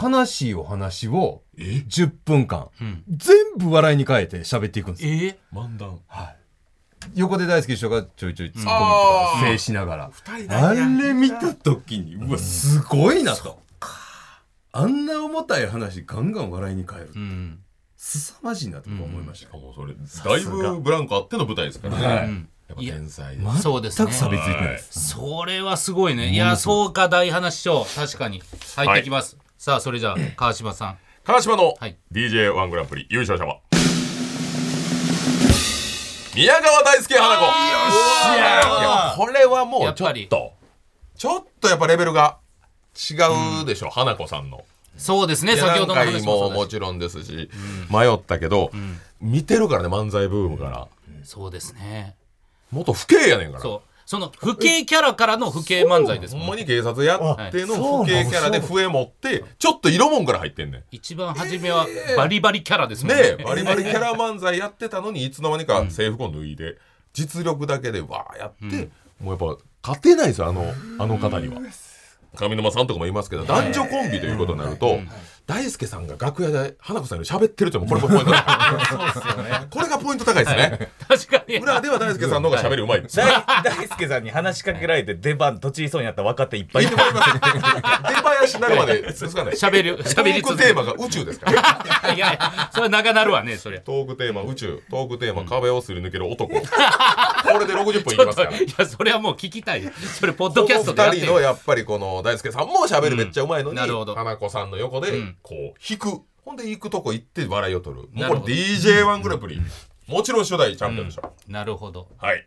S4: 悲しいお話を
S1: え
S4: 10分間、
S2: ん
S4: 全部笑いに変えて喋っていくんです
S2: ー。
S4: よ。
S2: え
S1: 漫談
S4: 横で大輔師匠がちょいちょい突っ込むと
S1: あ
S4: か
S1: ー
S4: 制しながら。
S1: 人だ
S4: あれ見た時にうわすごいなと。あんな重たい話ガンガン笑いに変える
S2: うん。
S4: 凄まじいなと僕は思いまし
S1: したかもそれだいぶブランクあっての舞台ですからね
S4: は
S1: や
S4: い
S2: うん
S1: っぱ天才です
S4: ま
S2: そうですね
S4: 全く差別ついてないです
S2: それはすごいね。いや、そうか、大話師匠。確かに。入ってきます。さあ、それじゃあ、川島さん。
S1: 川島の
S2: はい
S1: DJ1 グランプリ優勝者は宮川大輔花子いやこれはも
S2: や
S1: う
S2: っ
S1: ちょ
S2: ぱ
S1: っ
S2: り
S1: とちょっとやっぱレベルが違うでしょ花子さんの
S2: そうですね、先ほどの
S1: 何
S2: 話
S1: 回
S2: も
S1: も
S2: そう
S1: も
S2: だし
S1: ちろんですし迷ったけど見てるからね漫才ブームから
S2: そうですね。
S1: 元不敬やねんから
S2: そう。その、不敬キャラからの不敬漫才です
S1: ほん
S2: も
S1: ま
S2: ん。
S1: に警察やって
S3: あ
S1: の不敬キャラで笛持ってちょっと色もんから入ってんねん
S2: 一番初めはバリバリキャラですもん
S1: ね
S2: ね。
S1: バリバリキャラ漫才やってたのにいつの間にか制服を脱いで実力だけでわーやって、もうやっぱ勝てないですよあのあの方には。上沼さんとかも言いますけど男女コンビということになると、大輔さんが楽屋で花子さんより喋ってるっていうのもこれもポイント高いこれがポイント高いですね、
S2: 確かに。
S1: 裏では大輔さんの方が喋りうまいです、
S3: 大大輔さんに話しかけられて出番とちりそうになった若手いっぱいい
S1: いっぱいいますね出囃子になるまでですかね
S2: 喋る、
S1: ト
S2: 喋り
S1: ー
S2: 続
S1: ク
S2: け
S1: テー
S2: る
S1: マが宇宙ですからね
S2: いやいや、それは長なるわね、そりゃ。
S1: トークテーマ宇宙トークテーマ壁をすり抜ける男これで60分いき
S2: ちょ
S1: ま
S2: っ
S1: すか
S2: と
S1: ら
S2: いやそれはもう聞きたいそれポッ
S1: こ
S2: ド
S1: の
S2: キャストでやっ
S1: 2
S2: て
S1: 人
S2: よ
S1: のやっぱりこの大輔さんも喋るめっちゃうまいのに、
S2: うんなるほど
S1: 花子さんの横で
S2: ん
S1: こう引く、ほんで行くとこ行って笑いを取る
S2: な
S1: も
S2: る
S1: う
S2: ほ
S1: こ
S2: ど
S1: れ DJ1 グランプリ、もちろん初代チャンピオンでしょ、
S2: なるほど
S1: はい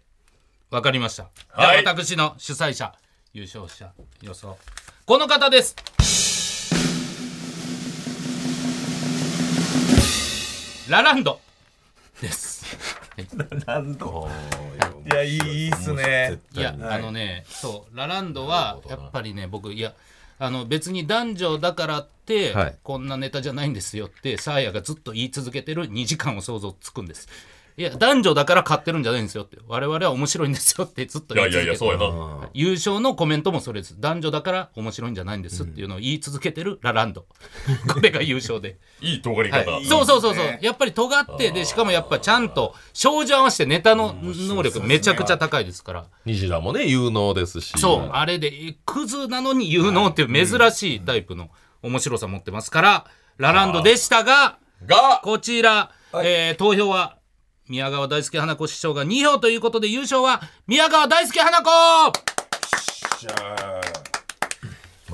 S2: わかりましたじゃあ
S1: はい
S2: 私の主催者優勝者予想この方ですラランドです
S3: 何度いやいいいいっすね
S2: いや、あのねそうラランドはやっぱりね僕いやあの別に男女だからって、
S4: はい
S2: こんなネタじゃないんですよってサーヤがずっと言い続けてる2時間を想像つくんですいや男女だから買ってるんじゃないんですよって我々は面白いんですよってずっと
S1: い
S2: 言
S1: や
S2: い
S1: い
S2: 続
S1: やいや
S2: けてる
S1: そうやな
S2: 優勝のコメントもそれです男女だから面白いんじゃないんですっていうのを言い続けてるラランド、これが優勝で
S1: いい尖り方、
S2: はい、そうそうそうそうやっぱり尖ってでしかもやっぱちゃんと照準合わせてネタの能力めちゃくちゃ高いですから
S1: 西田もね有能ですし
S2: そうあれでえクズなのに有能っていう珍しいタイプの面白さ持ってますからラランドでしたが
S1: が
S2: こちら、えー投票は宮川大輔花子師匠が2票ということで優勝は宮川大輔花子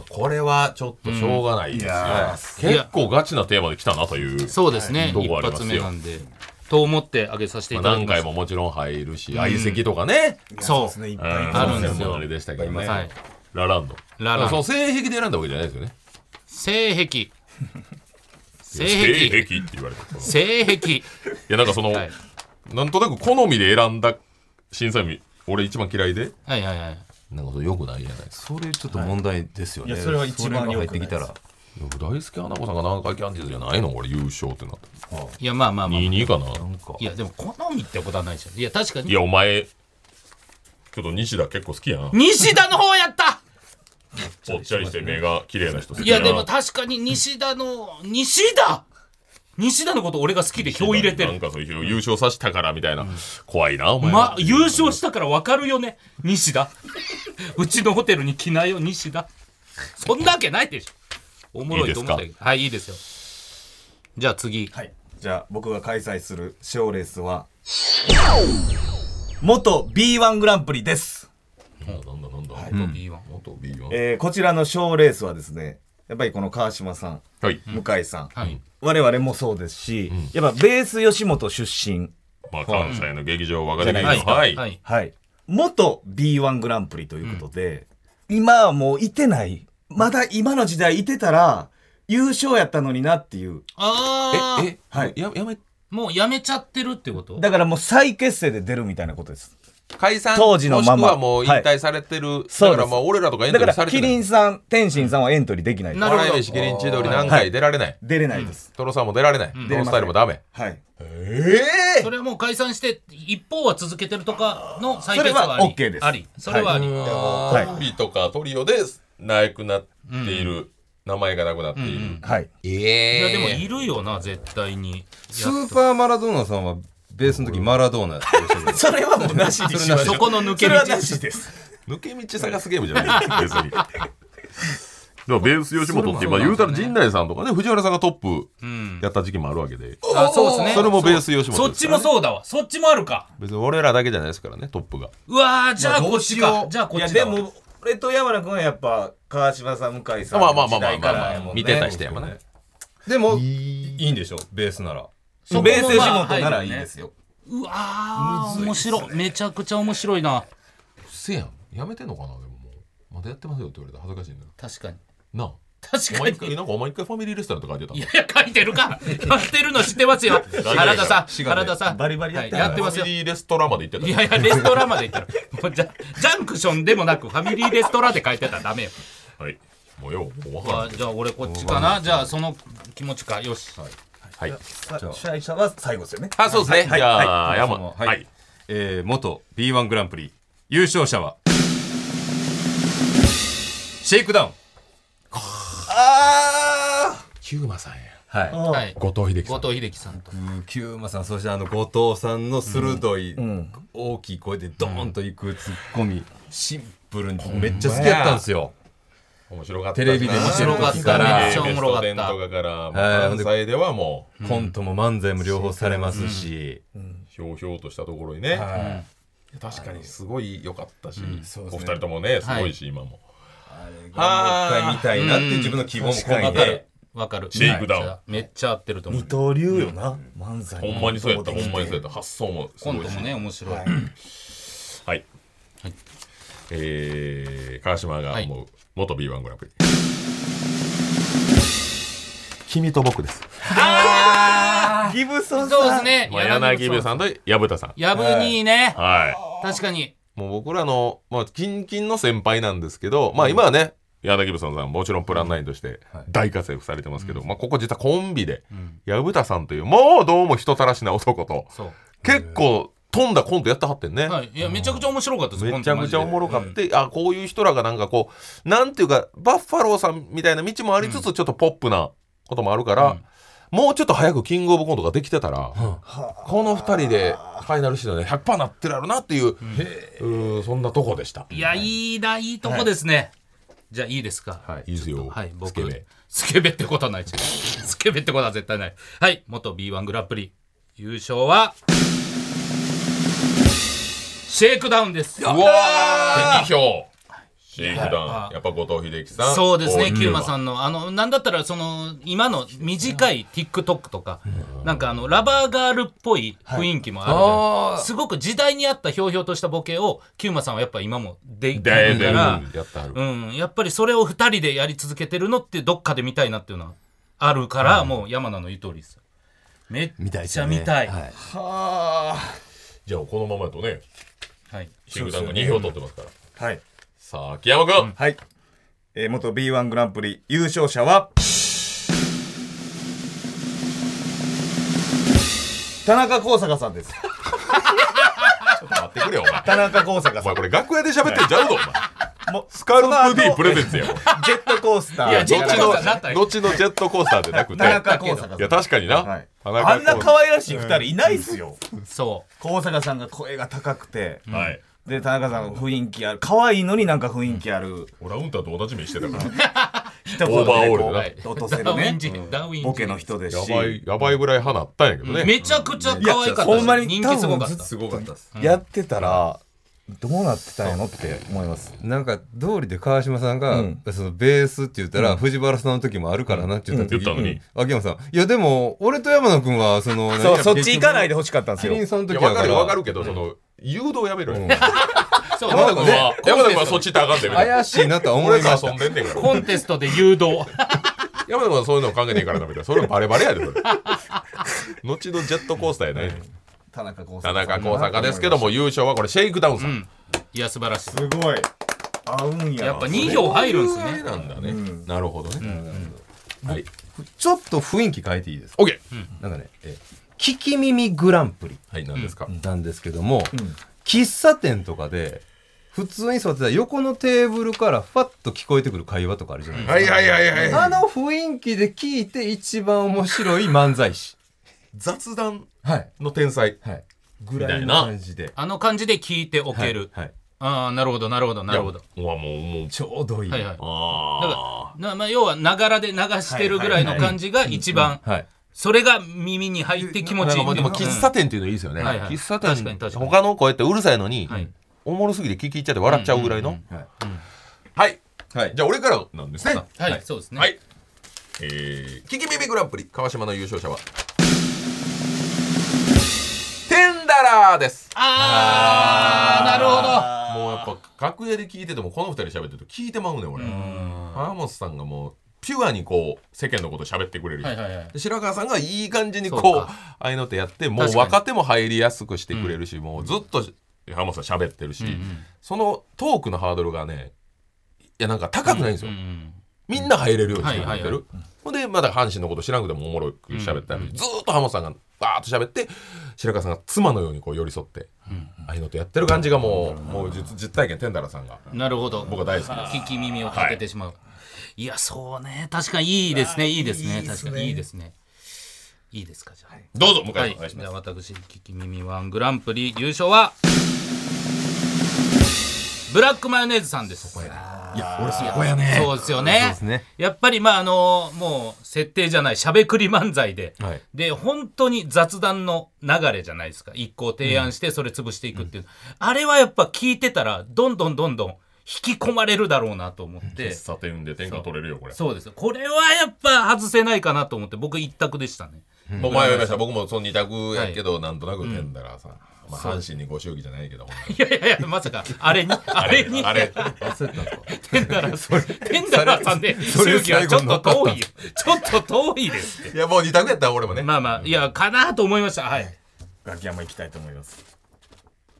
S1: これはちょっとしょうがないですよ、
S2: い
S1: 結構ガチなテーマで来たなという
S2: そうですね、
S1: ど
S2: 一
S1: こありま
S2: 発
S1: すよ
S2: 目なんでと思ってあげさせてい
S1: まあ
S2: ただ
S1: 何
S2: きまし
S1: 回
S2: た、
S1: ももちろん入るし相席とかね、
S2: そう
S3: ですねいっ
S1: う
S3: ぱいい
S1: ん
S3: ます
S2: るんですよ
S1: あれでしたけどね、
S2: はい
S1: ラランド
S2: ララ ンド
S1: その性癖で選んだわけじゃないですよね
S2: 性癖性
S1: 性
S2: 癖
S1: 癖って言われてい
S2: 性癖
S1: やなんかその、
S2: はい
S1: なんとなく好みで選んだ審査員俺一番嫌いで
S2: はいはいはい
S1: なんかそれよくないじゃないですか
S4: それちょっと問題ですよね、
S3: はいいやそれは一番
S4: それが入
S3: 良
S4: っ
S3: くな
S4: て
S3: い
S4: き
S3: です
S4: たら
S1: 僕大好きアナゴさんが何回キャンディーズじゃないの俺優勝ってなって
S2: いやまあまあまあ
S1: 22かな
S4: なんか
S2: いやでも好みってことはないじゃんいや確か
S1: い
S2: に
S1: やお前ちょっと西田結構好きやん
S2: 西田の方やった
S1: ぽっちゃりして目が綺麗な人好
S2: い
S1: きや
S2: や
S1: ん
S2: でも確かに西田の西田西田のこと俺が好きで票入れて
S1: なん
S2: る
S1: かそういう優勝させたからみたいな、怖いなお前
S2: ま
S1: は、
S2: 優勝したから分かるよね 西田うちのホテルに来なよ西田そんなわけないでしょおもろいと思ったけど
S1: いい
S2: はいいいですよじゃあ次
S3: はい。じゃあ僕が開催する賞レースは、元 B1 グランプリです。
S1: なんだなんだなんだ、
S2: 元 B1
S1: 元 B1
S3: えーこちらの賞レースはですね、やっぱりこの川島さん、
S1: はい、
S3: 向井さん、
S2: はい
S3: 我々もそうですし、やっぱベース吉本出身、
S1: まあ関西の劇場若手
S3: じゃ
S1: 劇
S3: な
S1: 場
S3: いですか
S1: はい、
S2: はい
S3: はい。元 B1 グランプリということで、今はもういてない。まだ今の時代いてたら、優勝やったのになっていう。
S2: ああ
S4: え
S3: はい
S4: ややめ
S2: もうやめちゃってるってこと
S3: だからもう再結成で出るみたいなことです。
S1: 解散
S3: 当時のまま
S1: もしくはもう引退されてる、
S3: そう
S1: だ
S3: です
S1: からまあ俺らとかエン
S3: だ
S1: トリ
S3: か
S1: ー
S3: ら
S1: さ、れて
S3: キ
S1: な
S3: リン
S1: い
S3: さん、天心さんはエントリーできないです
S2: なるほど
S1: 笑い飯キリン千鳥何回出られない、
S3: 出れないです。
S1: トロさんも出られない、ノ
S3: 出れ
S1: ン
S3: ません
S1: スタイルもダメ
S3: はい。
S2: それはもう解散して一方は続けてるとかの採
S3: それ
S2: 決
S3: は
S2: はあり
S3: OK です
S2: ありそれはあり、
S3: はい
S1: コンビとかトリオでなくなっている、名前がなくなっている、
S3: はい。
S4: え
S2: いやでもいるよな絶対に
S4: スーパーマラドーナさんはベースの時マラドーナやってましたけど
S3: それはもうなしにしましょ。
S2: そうこの抜け
S3: そ
S2: 道
S3: れはなしです。
S1: 抜け道探すゲームじゃない別に。だからベース吉本って、まあ、言うたら陣内さんとかね藤原さんがトップやった時期もあるわけで、
S2: あそうですね
S1: それもベース吉本ですからね
S2: そっちもそうだわそっちもあるか
S1: 別に俺らだけじゃないですからねトップが
S2: うわーじゃあこっち
S4: いや
S2: か
S4: どうしよう
S2: じゃあこっちだわ、
S3: 俺と山名君はやっぱ、川島さん、向井さ
S1: まあまあまあまあまあまあ、
S3: もうね
S1: 見てた人やもんね
S4: でもいいんでしょベースなら
S2: そこも
S3: ベース吉
S2: まあ
S3: 本ならい
S2: 入る
S3: い
S2: よね
S3: ですよ。
S2: うわー面白いめちゃくちゃ面白いな
S1: せやんやめてんのかなでももうまだやってますよって言われたら恥ずかしいんだよ
S2: 確かに
S1: なあ
S2: 確
S1: お
S2: か
S1: 前一回
S2: に
S1: なんかお前一回ファミリーレストランとか書いてた
S2: いやいや書いてる かやってるの知ってますよ原田さん
S4: 滋賀で
S2: 原田さん
S3: バリバリやってる
S2: はいやってます
S1: ファ
S2: よ
S1: ミリーレストランまで行ってた
S2: いやいや、レストランまで行ったら、もうジャジャンクションでもなく、ファミリーレストランで書いてたらダメよ。
S1: はいもうようもう分から
S2: あ
S1: ん
S2: じゃあ、俺こっちかな。じゃあ、その気持ちか。よし。
S1: はい
S3: さ主催者は最後ですよね。
S1: あそうですね、じゃあ、
S4: はい
S1: 山
S4: はい
S1: はい
S4: えー、元 B1 グランプリ優勝者はシェイクダウン
S1: ヒューマさんや
S4: はい
S2: はい。
S1: 後藤秀樹さ
S2: 後
S1: ん
S2: 藤秀樹さんと。
S4: キューマさんそしてあの後藤さんの鋭い、
S3: ん
S4: 大きい声でドーンといくツッコミシンプルにめっちゃ好きやったんですよ
S1: 面白かった
S4: テレビで見てる
S2: 面白かっ
S4: 時か
S2: た
S4: ら
S2: めっちゃおもろかった
S1: ベストテンとかから
S4: はい
S1: もう関西ではもう
S4: コントも漫才も両方されますし、
S1: ひょうひょうとしたところにね、
S4: は
S1: 確かにすごい良かったし、
S4: そうです
S1: お二
S4: ね
S1: 人ともねすごいし、今も
S4: い、もう一回見たいなっていう自分の希望も込め
S2: わか
S4: て
S2: る。わかる。
S1: シェイクダウン
S2: はいじゃあめっちゃ合ってると思う。
S3: 二刀流よな。漫才。
S1: ほんまにそうやったほんまにそうやった発想もす
S2: コン
S1: ごい
S2: ト
S1: し
S2: もね、面白い。
S3: はい
S1: はい、
S2: はい
S1: えー、川島が思う、元 B1 グランプリ君と僕です、
S3: ギブソンさん。
S2: そうですね。
S1: まあ、柳部さんと薮田さん
S2: やぶにね。
S1: はい
S2: 確かに。
S1: もう僕らの、まあ、キンキンの先輩なんですけど、まあ今はね、柳部さんさんもちろんプランナインとして大活躍されてますけど、まあここ実はコンビで、薮田さんという、もうどうも人たらしな男と、
S2: そ
S1: 結構飛んだコントやってはってんね。
S2: う。はい。いや、めちゃくちゃ面白かったです。
S1: めちゃくちゃおもろか
S2: た
S1: って、あこういう人らがなんかこうなんていうかバッファローさんみたいな道もありつつ、ちょっとポップなこともあるから、もうちょっと早くキングオブコントができてたら、この2人でファイナルシードで100%なってるやろなっていう,、うんそんなとこでした。
S2: いや、いいな、いいとこですね。じゃあ、いいですか。
S1: い、いいですよ、
S2: はい、僕
S1: スケベ。
S2: スケベってことはない。スケベってことは絶対ない。はい、元 B1 グランプリ優勝は、シェイクダウンです。
S1: うわー敵票シェイクダ
S2: は
S1: ウ
S2: い
S1: ンやっぱ後藤秀樹さん
S2: そうですね、キューマさ
S1: ん
S2: んの、あの、なんだったら、その、今の短い TikTok とか、なんかあの、ラバーガールっぽい雰囲気もあるじゃないですかすごく時代に合ったひょうひょうとしたボケを、キューマさんはやっぱ今もできるか
S1: でで
S2: ら、
S1: やったはる、
S2: うん、やっぱりそれを二人でやり続けてるのってどっかで見たいなっていうのはあるから、もう山名の言う通りですよめっ
S4: 見たいです
S2: ちゃ
S4: よ
S2: 見
S4: ね
S2: たい、
S4: は
S2: はい
S4: い
S3: はあ
S1: じゃあこのままやとねシングダンが2票取ってますから
S3: はい
S1: さあ秋山君、
S3: はい、えー元 B1 グランプリ優勝者は田中耕坂さ んです
S1: ちょっと待ってくれよお前
S3: 田中耕坂
S1: お
S3: さ
S1: 前これ楽屋で喋ってんちゃうぞお 前
S3: ん
S1: スカル
S3: そ
S1: プ
S3: の
S1: D
S3: 後
S1: プレゼンツやもん
S3: ジェットコースター
S2: いやジェットコースターなんだよ
S1: 後のジェットコースターじゃなくて
S3: 田中耕坂さん
S1: いや確かにな、
S3: はい
S1: 田
S3: あんな
S1: 耕
S3: 可愛らしい二人いないっすよ
S2: そ
S3: 高坂さんが声が高くて、
S1: はい
S3: で田中さんが雰囲気ある可愛いのになんか雰囲気ある
S1: オラウンターと同じ目してたから
S3: 一
S1: オーバーオールで
S2: う、
S1: な
S2: はい、
S3: 落とせるね
S2: ダーウィン人、ダーウィン人
S3: ボケの人です
S1: や
S3: し
S1: ばいやばいぐらい放ったんやけどね、
S2: めちゃくちゃ可愛かった
S3: ほんまに
S2: 人気すごかっ
S3: 多分
S2: た
S4: すごかったです
S3: やってたらどうなってたんやろって思います
S4: なんか通りで川島さんが、
S3: うん
S4: そのベースって言ったら、藤原さんの時もあるからなって言った時、
S1: うん言ったのに
S4: 秋山さん「いやでも俺と山野君はその
S3: そうそっち行かないでほしかったんです
S4: キ
S3: よ
S4: リンさんの
S1: いや
S4: 時
S1: わ
S4: や
S1: か
S4: か
S1: る
S4: ら
S1: わかるけど、その誘導やめろよ、
S2: そう
S1: 山田君は山田君はそっち行ったらあかんでみたいな
S4: 怪しいなとは思
S1: 俺
S4: いま
S1: が
S4: した
S1: 遊んでんねんから
S2: コンテストで誘導
S1: 山田君はそういうの考えねえからなみたいなそれバレバレやでそれ後のジェットコースターやない、
S3: 田中耕
S1: 田
S3: 坂
S1: 中耕坂ですけども優勝はこれシェイクダウンさん、
S2: うんいや素晴らしい
S3: すごい合うんやな
S2: やっぱ2票入るんですね
S1: なんだね、なるほどね、はい
S4: ちょっと雰囲気変えていいですか
S1: オッケー
S4: なんかねえ「聞き耳グランプリ
S1: はい何ですか、」
S4: なんですけども、喫茶店とかで普通に座ってたら横のテーブルからファッと聞こえてくる会話とかあるじゃないですか、
S1: はいはいはいはい、
S4: あの雰囲気で聞いて一番面白い漫才師
S1: 雑談
S4: はい
S1: の天才
S4: はい
S1: ぐ
S4: ぐらいの感じで
S2: あの感じで聞いておける、
S4: はい、
S2: ああなるほどなるほどなるほど
S1: うわもうもう
S4: ちょうどいい
S2: はいはいだ
S1: あ
S2: からなまあ、要はながらで流してるぐらいの感じが一番
S4: はい
S2: それが耳に入って気持ちいい
S1: でも喫茶店っていうのいいですよね、
S2: うんはいはい
S1: 喫茶
S2: 確かに
S1: 店
S2: 確かに
S1: 他の声ってうるさいのに、
S2: はい
S1: おもろすぎて聞き入っちゃって笑っちゃうぐらいの、
S4: はい
S1: はい、
S4: はい
S1: じゃあ俺からなんですねは
S2: はい、そうで
S1: い、
S2: すね、
S1: えー、キキビビグランプリ川島の優勝者はテンダラーです
S2: ああなるほ
S1: もうやっぱ楽屋で聞いててもこの二人喋ってると聞いてまうねん俺浜本さんがもうピュアにこう世間のこと喋ってくれる、
S2: どはいはいはい
S1: で白川さんがいい感じに
S2: そう
S1: こう
S2: か
S1: ああいうのってやってもう
S2: 確かに
S1: 若手も入りやすくしてくれるし、もうずっと浜本さん喋ってるし、そのトークのハードルがねいやなんか高くないんですよ、
S2: うん
S1: みんな入れるようにしてく
S2: は
S1: れ
S2: い
S1: て
S2: はいはい
S1: る。ほんで、まだ阪神のこと知らんくてもおもろく喋ったり、ずーっと浜さんがバーッと喋って、白川さんが妻のようにこう寄り添って、ああいうのとやってる感じがもう、もう実実体験、天太郎さんが。
S2: なるほど
S1: 僕は大好きです
S2: 聞き耳を立ててしまう、い、やそうね確かにいいですねいいですね確かにいいですねいいですかじゃあ、
S1: どうぞ、向井さ
S2: は
S1: ん
S2: い
S1: お願いし
S2: じ
S1: ま
S2: ゃ
S1: す
S2: あ。私聞き耳ワングランプリ優勝はブラックマヨネーズさんですそうですよね
S4: ね
S2: やっぱりまああのもう設定じゃないしゃべくり漫才で、
S1: はい
S2: で本当に雑談の流れじゃないですか一個提案してそれ潰していくっていう、あれはやっぱ聞いてたらどんどんどんどん引き込まれるだろうなと思って
S1: 喫茶店で天下取れるよ、これ。
S2: そうですこれはやっぱ外せないかなと思って僕一択でしたね
S1: もう迷いました。僕もその二択やけど、なんとなく天太郎さん。まあ、阪神にご祝儀じゃないけど、ほんまに
S2: いやいやいやまさかあれにあれに
S1: あれ、
S2: テンダラーテンダラーさんで周期はちょっと遠いよちょっと遠いですって
S1: いや、もう二択やったら俺もね。
S2: まあまあいやかなと思いましたはい
S3: 楽山行きたいと思います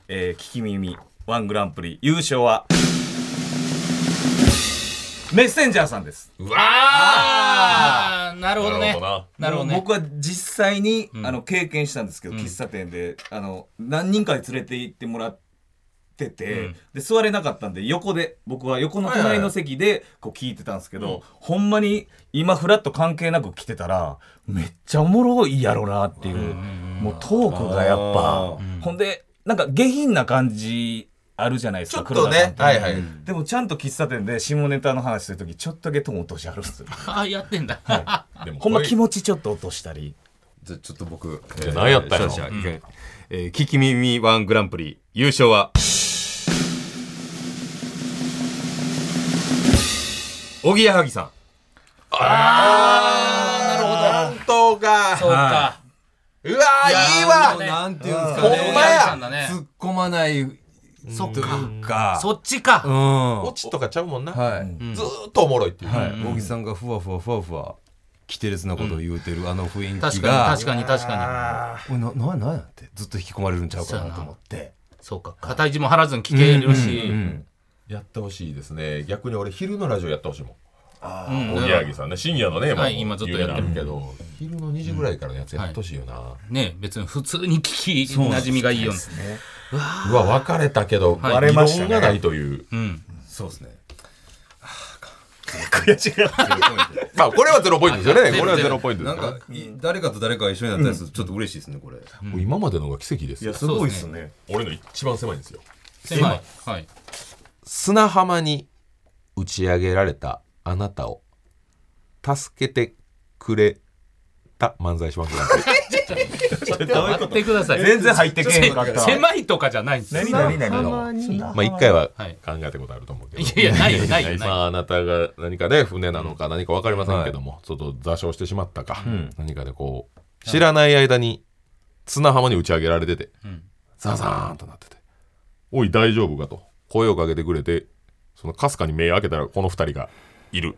S3: えー、聞き耳ワングランプリ優勝はメッセンジャーさんです
S1: うわ
S2: ああなるほどね
S1: なるほどな
S2: なるほど
S3: もう
S2: ね
S3: 僕は実際に、あの経験したんですけど、喫茶店であの何人かに連れて行ってもらってて、で座れなかったんで横で僕は横の隣の席でこう聞いてたんですけど、ほんまに今フラット関係なく来てたらめっちゃおもろいやろなっていう、もうトークがやっぱ、ほんでなんか下品な感じあるじゃないです
S1: ちょ
S3: か
S1: っとね、
S3: は
S1: はいいはい。
S3: でもちゃんと喫茶店で下ネタの話するときちょっとだけトーン落としあるんですよ
S2: ああやってんだ
S1: でもこ
S3: ほ
S1: れ
S3: んま気持ちちょっと落としたり
S4: じゃあちょっと僕、
S1: じゃあ何やったんやろ
S4: 勝者いかがえー聞き耳ワングランプリ優勝はおぎやはぎさん
S1: あー、なるほど。本当か。
S2: そうか
S1: うわーいいわ
S2: ね
S4: なんていうんです
S1: ほ
S4: か
S1: ん
S4: ね
S1: まや
S2: おぎはぎさんだね
S4: 突っ込まないそっか
S2: そっちか、
S4: うんは
S1: 落ちとかちゃうもんな、
S4: い、
S1: ずーっとおもろいっていう、
S4: はい、おぎさんがふわふわふわふわ奇てれつなことを言うてるあの雰囲気が、
S2: 確かに確かに確か
S4: おいななんやなんやってずっと引き込まれるんちゃうかなと思って
S2: にそうか片い字も張らずに聞けるし、
S1: やってほしいですね逆に俺昼のラジオやってほしいもん
S2: うん
S1: おぎやはぎさんね深夜のね、
S2: はい今ずっとやってる
S1: 有名なんだけど昼の2時ぐらいからのやつやってほしいよな、
S2: ね別に普通に聞きなじみがいいような
S1: うわ別れたけど、
S2: はい
S1: 割れましたね
S3: 異
S1: 異論
S3: 論
S1: が
S3: が
S1: な
S3: ない
S1: という
S2: うん
S5: そうですね
S3: 悔しがって
S1: まあこれはゼロポイントですよ
S2: はい
S1: ねこれはゼロポイントで
S5: なん
S1: すよね
S5: かい誰かと誰かが一緒になったりするとちょっと嬉しいですねこれ
S1: もう今までのが奇跡ですよ
S3: す
S2: ごいっす
S3: ね
S1: 俺の一番狭いんですよ
S2: 狭いはい
S1: 砂浜に打ち上げられたあなたを助けてくれた漫才します
S2: 待ってください
S3: 全然入ってけへんかった
S2: 狭いとかじゃないんです
S3: 何何何
S1: まあ一回は
S2: はい
S1: 考えたことあると思うけど、
S2: いやいやないよないよ
S1: ま
S2: ないよ
S1: ああなたが何かね船なのか何か分かりませんけども、ちょっと座礁してしまったか、何かでこう知らない間に砂浜に打ち上げられてて、
S2: ん
S1: ザザーンとなってて「おい大丈夫か?」と声をかけてくれてそのかすかに目開けたらこの二人がいる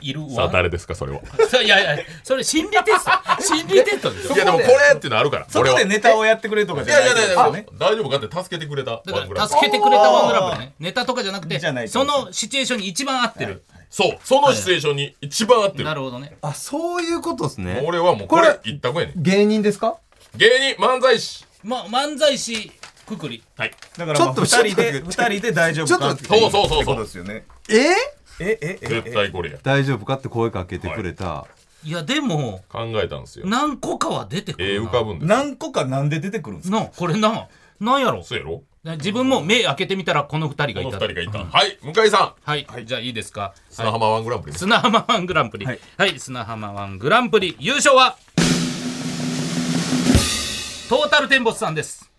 S2: いる
S1: さあ
S2: わ
S1: 誰ですかそれは
S2: いやいやそれ心理テスト心理テストでしょ
S1: いやでもこれっていうのあるから
S3: そこでネタをやってくれとか
S1: い
S3: じゃ
S1: や
S3: ない
S1: いやいやいや
S3: ね
S1: 大丈夫かって助けてくれたワ
S2: だ
S1: ン
S2: か
S1: グラ
S2: ら
S1: ス
S2: 助けてくれたワングラブねネタとかじゃなくて
S3: じゃない
S2: そのシチュエーションに一番合ってる、
S1: そうそのシチュエーションに一番合ってる
S2: なるほどね
S4: あそういうことですね
S1: 俺はもうこれ一択やねん
S4: 芸人ですか
S1: 芸人漫才師
S2: ま漫才師くくり
S1: はい
S3: だからまあ
S4: ちょっと
S3: 二人で
S4: ちょっと
S3: 二人で大丈夫かってい
S1: そうそうそ
S5: そ
S1: うそう
S5: で
S1: う
S5: すよね
S4: え
S3: えええ
S1: 絶対これや
S4: 大丈夫かって声かけてくれた、
S2: いやでも
S1: 考えたんですよ
S2: 何個かは出てく
S1: ええ
S2: るな
S1: 浮かぶんです
S3: 何個かなんで出てくるんですか
S2: なあこれななんやろ
S1: そうやろ
S2: 自分も目開けてみたらこの二人が
S1: この二
S2: いた
S1: 人がいたはい向井さ
S2: はい、じゃあいいですか
S1: ん砂浜ワングランプリ
S2: 砂浜ワングランプリは
S3: はいい、
S2: 砂浜ワングランプリ優勝はトータルテンボスさんです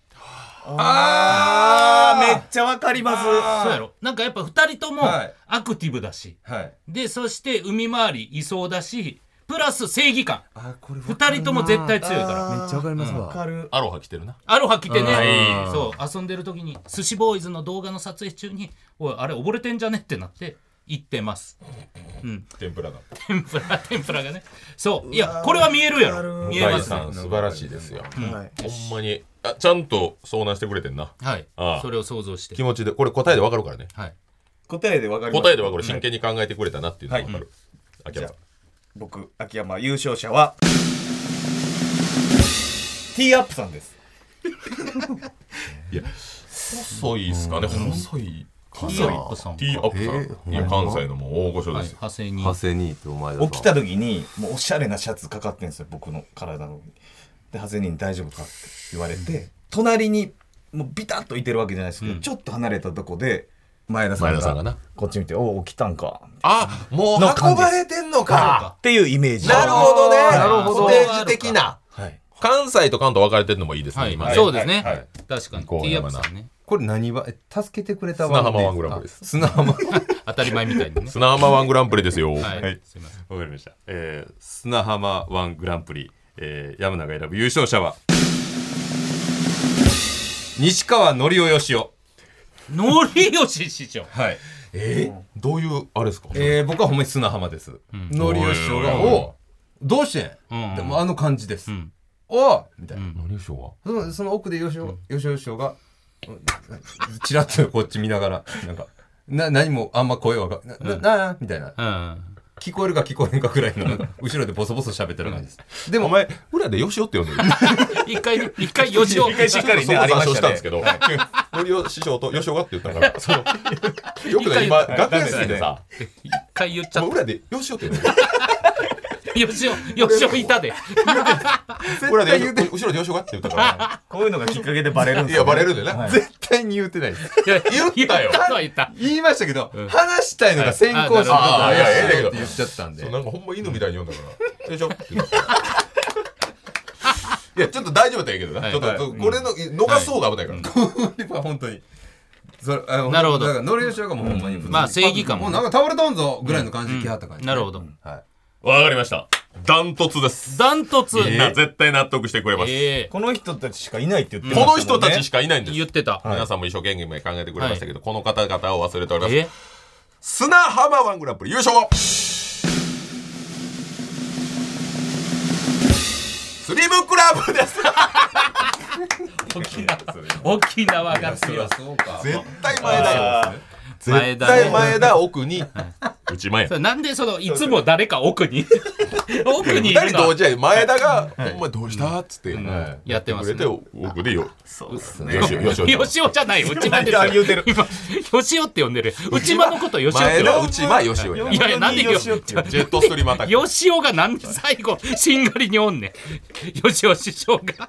S3: あーめっちゃわかります
S2: そうやろなんかやっぱ2人とも
S5: はい
S2: アクティブだし、
S5: はい
S2: でそして海回りいそうだしプラス正義感
S4: あこれわか
S2: 2
S4: る
S2: 人
S4: な
S2: とも絶対強いから
S4: めっちゃわかりますわ、
S3: わかる
S1: アロハ着てるな
S2: アロハ着てね
S1: うん
S2: そう遊んでる時に寿司ボーイズの動画の撮影中に「おいあれ溺れてんじゃね?」ってなって行ってます
S1: 天ぷらだ
S2: 天ぷら天ぷらがねそういやこれは見えるやろ見え
S1: 向
S2: ま
S1: 井
S2: すね
S1: さん素晴らしいですよ
S3: はい
S1: ほんまにあちゃんと相談してくれてんな
S2: はい
S1: ああ
S2: それを想像して
S1: 気持ちでこれ答えでわかるからね
S2: はい
S3: 答えでわかります
S1: 答えではこれ真剣に考えてくれたなっていうのがわかる秋山さん
S3: 僕秋山優勝者は T アップさんです
S1: 細いですかね細いか
S2: ティーアップさん
S1: ティーアップさん、いや関西のもう大御所
S2: は
S1: で
S2: い
S1: すよ、
S2: 派生に
S4: 派生にってお前だぞ
S3: 起きた時にもうおしゃれなシャツかかってんですよ僕の体の上にでハゼに大丈夫かって言われて、隣にもうビタッといてるわけじゃないですけど、ちょっと離れたとこで前田さんが
S1: 前田さんがな
S3: こっち見て「おお起きたんか」
S1: あもう運ばれてんのか
S3: っていうイメージ
S1: なるほどね
S2: なるほど
S1: ステージ的な
S3: はい、
S1: 関西と関東分かれてるのもいいですね、
S2: はい、
S1: 今ね
S2: そうですね、
S1: はい
S2: 確かにテ
S1: こう
S2: ィーアッ
S1: 山
S2: プ
S1: 名
S2: さんね
S4: これ何はえ助けてくれた
S1: 砂
S4: わ
S1: 浜ワングランプリです
S4: 砂 浜
S2: 当たり前みたいに ね
S1: 砂浜ワングランプリですよ、
S2: はい、
S5: はい
S2: すいません
S5: わかりましたえー砂浜ワングランプリえー山名が選ぶ優勝者は西川のりおよしお
S2: のりよし師匠
S5: はい
S1: えどういうあれですか、
S5: えー僕はほんまに砂浜です
S4: のりよしおが
S1: お
S4: 「
S1: いおいおい
S4: おどうして
S2: うんうん
S4: ん?」でもあの感じです
S2: ん
S4: 「おい!」みたいな
S1: 何でしょうは
S4: そのその奥でよしおよしおよしおがうんちらっとこっち見ながらなんかな何もあんま声はかなななあみたいな
S2: うん
S4: 聞こえるか聞こえんかぐらいの後ろでボソボソ喋ってる感じですでも
S1: お前裏でよしおって呼んで る
S2: 一回ね一回よしお
S3: しっかり
S1: そう
S3: ねありま
S1: 話を
S3: し
S1: した
S3: た
S1: ん
S3: ね
S1: ですけど、のりお師匠とよしおがって言ったからその よくね
S2: 一回
S1: 今学園生でさ、
S2: 一回言っちゃ
S1: も
S2: っ
S1: う裏でよしおって呼んでる
S2: たよしおよしおいたで
S1: 裏でよしお後ろでよしおがって言ったか
S3: こういうのがきっかけでバレ
S1: ら
S3: るんで
S1: い
S3: すよ
S1: や
S3: ね
S1: バレるんだよな、
S3: はい
S4: 絶対に言ってないです
S2: 言
S1: ったよ
S2: 言った言った
S4: 言いましたけど、話したいのが先行してた
S1: ああいや ええねんけど
S4: って言っちゃったんで
S1: そうなんかほんま犬みたいに読んだから。でしょって言ったからいや、ちょっと大丈夫だったらいいけどな。
S2: はい
S1: ちょっと、
S5: はい
S1: これの、逃そうが危ないから。
S4: やっぱ本当に。それあの
S2: なるほど
S4: だから、ノリヨシオがもうほんまに、
S2: まあ正義感も
S4: も
S2: ね
S4: うなんか倒れとんぞぐらいの感じで来はった感じ、
S2: なるほど
S4: はい。
S1: わ、かりました。ダントツです。
S2: ダントツ
S1: みんな絶対納得してくれます。
S2: ええ
S3: この人たちしかいないって言って
S1: こ
S3: ま
S1: の
S3: したも
S1: 人
S3: んね
S1: たちしかいないんです。
S2: 言ってた
S1: 皆さんも一生懸命考えてくれましたけど、この方々を忘れております。
S2: え
S1: 砂浜ワングランプリ優勝スリムクラブです
S2: 沖縄沖縄が強い
S4: そうか
S1: 絶対前だよ
S3: あ
S2: 前
S1: 絶
S2: 田ね
S1: 対前だ奥に内前
S2: そうなんでそのいつも誰か 奥に奥にい
S1: 二
S2: る
S1: 人同
S2: の
S1: 時やで前田が「お前どうした?」っつって
S4: はい
S2: やってま
S1: く
S2: す
S1: れ
S2: ね
S1: て奥でよ
S3: そうですね
S1: よしよしよし
S2: よしおじゃない内間です
S3: 何言うてる
S2: 今よしおって呼んでる内間のことよしおって
S1: 前
S2: 呼んで
S1: 田
S2: る
S1: 内前よしおや
S2: いやいやなんでよ
S3: 吉尾って
S1: ジェットストリームアタック
S2: よしおがなんで最後しんがりにおんねんよしお師匠が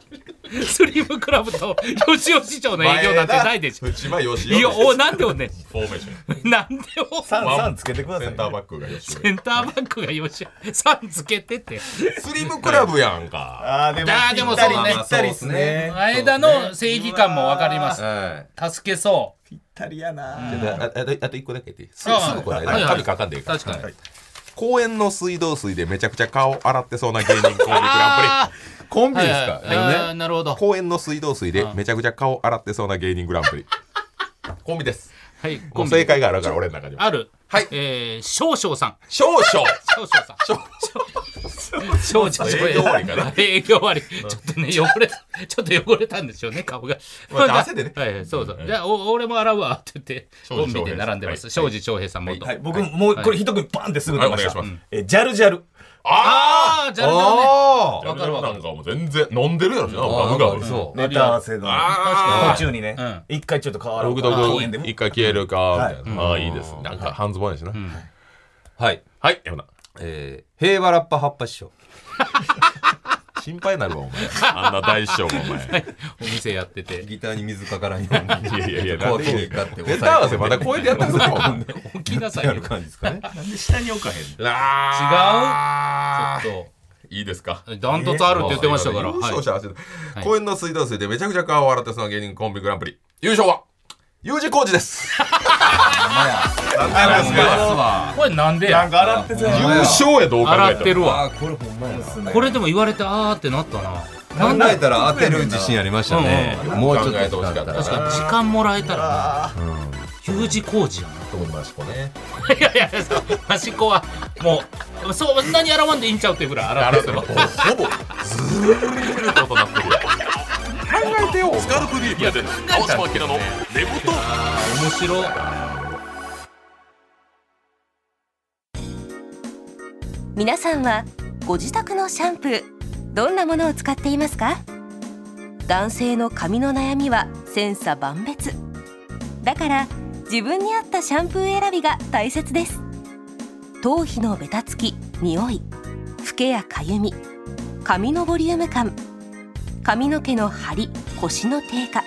S2: スリムクラブとよしお師匠の営業なんてないでしょ
S1: 内前よしお
S2: いやおなんでおんね
S1: フォーメーション
S2: んなんでお
S3: さんさんつけてくださ
S1: セ
S3: い
S1: ンターバックがよしお
S2: センターバックがよしおさんつけてて
S1: スリムクラブやんか
S3: あーでも
S2: あーでも
S3: ぴったり
S2: そうね
S3: ぴったりですね
S2: 前田の正義感もわかります
S4: はい
S2: 助けそ
S3: ぴったりやな
S1: あああとあと一個だけ言っていいす
S2: あ
S1: ぐ
S2: あ
S1: すぐ答え
S2: はいはい
S1: 紙かかんでいいうから
S2: 確かに
S1: 公園の水道水でめちゃくちゃ顔洗ってそうな芸人コンビグラン
S2: あー
S4: コンビ
S2: は
S4: で
S2: い
S4: す
S2: は
S4: か
S2: い
S4: でも
S2: あー
S4: ね
S2: なるほど
S1: プリ公園の水道水でめちゃくちゃ顔洗ってそうな芸人グランプリコンビです
S2: はい
S1: もう正解があるから俺の中にも
S2: ある
S1: はい
S2: えー少々さん
S1: 少々
S2: 少々さん少々
S1: 営業終わりかな
S2: 営業終わりちょっとね汚れたちょっと汚れたんでしょうね顔が
S1: まあ汗でね
S2: はいはいそうそうじゃあお俺も洗うわって言って
S1: 庄司
S2: コンビで並んでます
S1: 翔
S2: 庄司翔平さんもと
S3: はい僕もうこれ一組バンってすぐ出ま
S1: は
S3: し
S1: いお
S3: た
S1: 願いしま
S3: えジャルジャル
S1: あ
S2: ああじゃあ
S1: あ
S2: わかるわかる
S1: なんかもう全然飲んでるやろしなガムガム
S4: そう
S3: ネタ合わせの
S1: あ
S3: 途中にね
S2: うん
S3: 一回ちょっと顔洗う
S1: 僕
S3: か
S1: と
S3: ら公
S1: 僕
S3: 園でも
S1: 一回消えるかみたいなああいいですなんか半ズボンやしな
S4: はい
S1: はい山田
S4: えー平和ラッパ葉っぱ師匠
S1: 心配になるわお前あんな大将もお前
S2: お店やって て
S4: ギターに水かからんように
S1: いやいやいや
S4: こう遠いかって
S1: ネタ合わせまたこうやってやったんですよ
S2: 起きなさい
S4: や
S2: よ
S4: る
S2: ちょっ
S4: 感じですかね
S3: なんで下に置かへんの
S1: あー
S2: と
S1: いいですか
S2: ダントツあるって言ってましたから
S1: 優
S2: はい
S1: 勝者は焦った公園の水道水でめちゃくちゃ顔を洗ってその芸人コンビグランプリ優勝は U 字工事です
S3: なん
S1: すか
S2: これなんで
S3: なん
S2: や
S3: か洗ってそう
S1: 優
S3: やな
S1: 勝やどう考
S2: 洗
S1: え
S2: って
S1: て
S2: る
S1: も
S2: わ
S4: あーこれほんまやな
S2: これでも言われてあーってなったななん
S4: 考
S2: だ
S4: えたら当てる自信ありましたね
S1: うんうん
S4: もうちょっとだった
S1: 考えてほしか
S2: 確
S4: ら
S2: かに時間もらえたらな
S4: うん
S2: U 字工事やな
S1: 特にマシコね
S2: いやいや、そう端っこはもう、そんなに洗わんでいいんちゃうっていうぐらい洗ってる。
S1: ほぼずーっとことなってるやん考えてよスカルプディープやで川島明の寝言
S2: 面白い。
S6: 皆さんはご自宅のシャンプーどんなものを使っていますか男性の髪の悩みは千差万別だから自分に合ったシャンプー選びが大切です頭皮のベタつき匂いフケやかゆみ髪のボリューム感髪の毛の張り腰の低下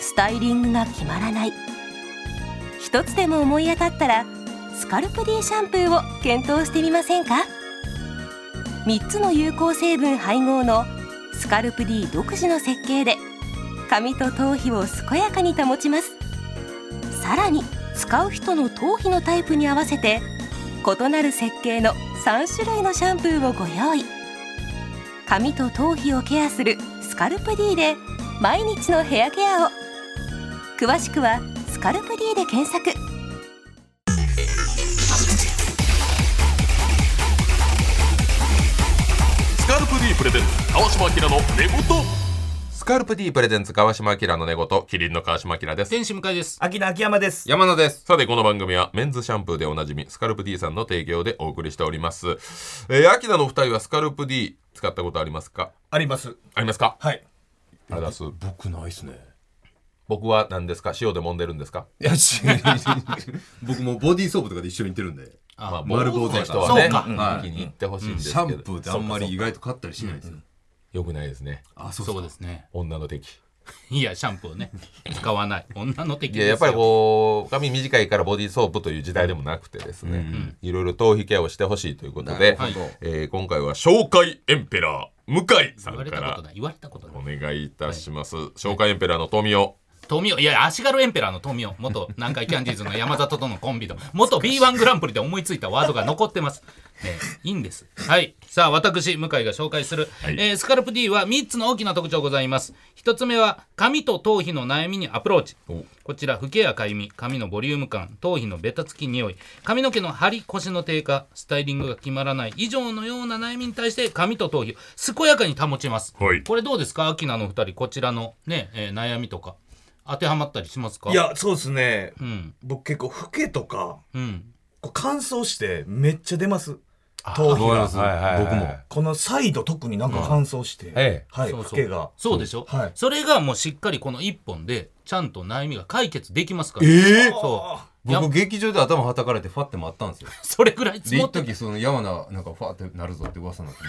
S6: スタイリングが決まらない一つでも思い当たったらスカルプ D シャンプーを検討してみませんか3つの有効成分配合のスカルプ D 独自の設計で髪と頭皮を健やかに保ちますさらに使う人の頭皮のタイプに合わせて異なる設計の3種類のシャンプーをご用意髪と頭皮をケアするスカルプ D で毎日のヘアケアを詳しくは「スカルプ D」で検索
S1: スカルプ D プレゼンツ川島明の寝言スカルプ D プレゼンツ川島明の寝言キリンの川島明です
S2: 天使迎えです。
S3: 秋の秋山です
S4: 山野です
S1: さてこの番組はメンズシャンプーでおなじみスカルプ D さんの提供でお送りしておりますえー、アキナのお二人はスカルプ D 使ったことありますか
S3: あります
S1: ありますか
S3: はい
S1: あります
S4: 僕ないっすね
S1: 僕は何ですか塩で揉んでるんですか
S4: いや違う僕もボディーソープとかで一緒に行ってるんで
S1: まあ、
S4: 丸
S1: 坊
S4: 坊
S1: 主
S4: 主
S1: の人
S4: の
S1: は
S4: 人は
S1: ね
S4: ね、
S1: 一
S4: はい
S1: 気に行ってほしいんです
S4: シ
S1: けど、
S4: ャンプーってあんまり意外と買ったりしないですよ
S1: よくないですね
S4: あそう
S2: そう
S4: そ
S2: ですね。
S1: 女の敵
S2: いや、シャンプーね。使わない。女の敵
S1: い
S2: ですよ。
S1: ややっぱりこう髪短いからボディーソープという時代でもなくてですね、いろいろ頭皮ケアをしてほしいということで、
S2: なるほど
S1: えー今回は紹介エンペラー向井さ
S2: 言わ
S1: ん
S2: れ
S1: か
S2: たこ
S1: ら
S2: とない。言われたことない
S1: お。願いいたします、紹介エンペラーの富雄
S2: 富尾いや足軽エンペラーの富尾元南海キャンディーズの山里とのコンビと元 B1 グランプリで思いついたワードが残ってます、ね、いいんですはいさあ私向井が紹介する、
S1: い
S2: えースカルプ D は3つの大きな特徴ございます1つ目は髪と頭皮の悩みにアプローチ
S1: お
S2: こちら、フケやかゆみ、髪のボリューム感、頭皮のベタつき匂い、髪の毛の張り、腰の低下、スタイリングが決まらない以上のような悩みに対して、髪と頭皮を健やかに保ちます。
S1: はい
S2: これどうですかアキナの二人、こちらのね、えー悩みとか、当てはまったりしますか
S7: い、やそうですね
S2: うん、
S7: 僕結構フケとか
S2: うん。
S7: こう乾燥してめっちゃ出ます頭皮
S4: 思い
S7: が
S4: ます、僕も
S7: このサイド特になんか乾燥して、
S4: ええ
S7: はい
S2: そう
S7: フ
S2: そう
S7: ケが
S2: そうでしょ、
S7: はい
S2: それがもうしっかりこの一本で、ちゃんと悩みが解決できますから。えそう。や
S4: 僕劇場で頭はたかれてファって待ったんですよ
S2: それぐらい積
S4: で
S2: も
S4: 一
S2: って
S4: 時その山名なんかファってなるぞって噂になって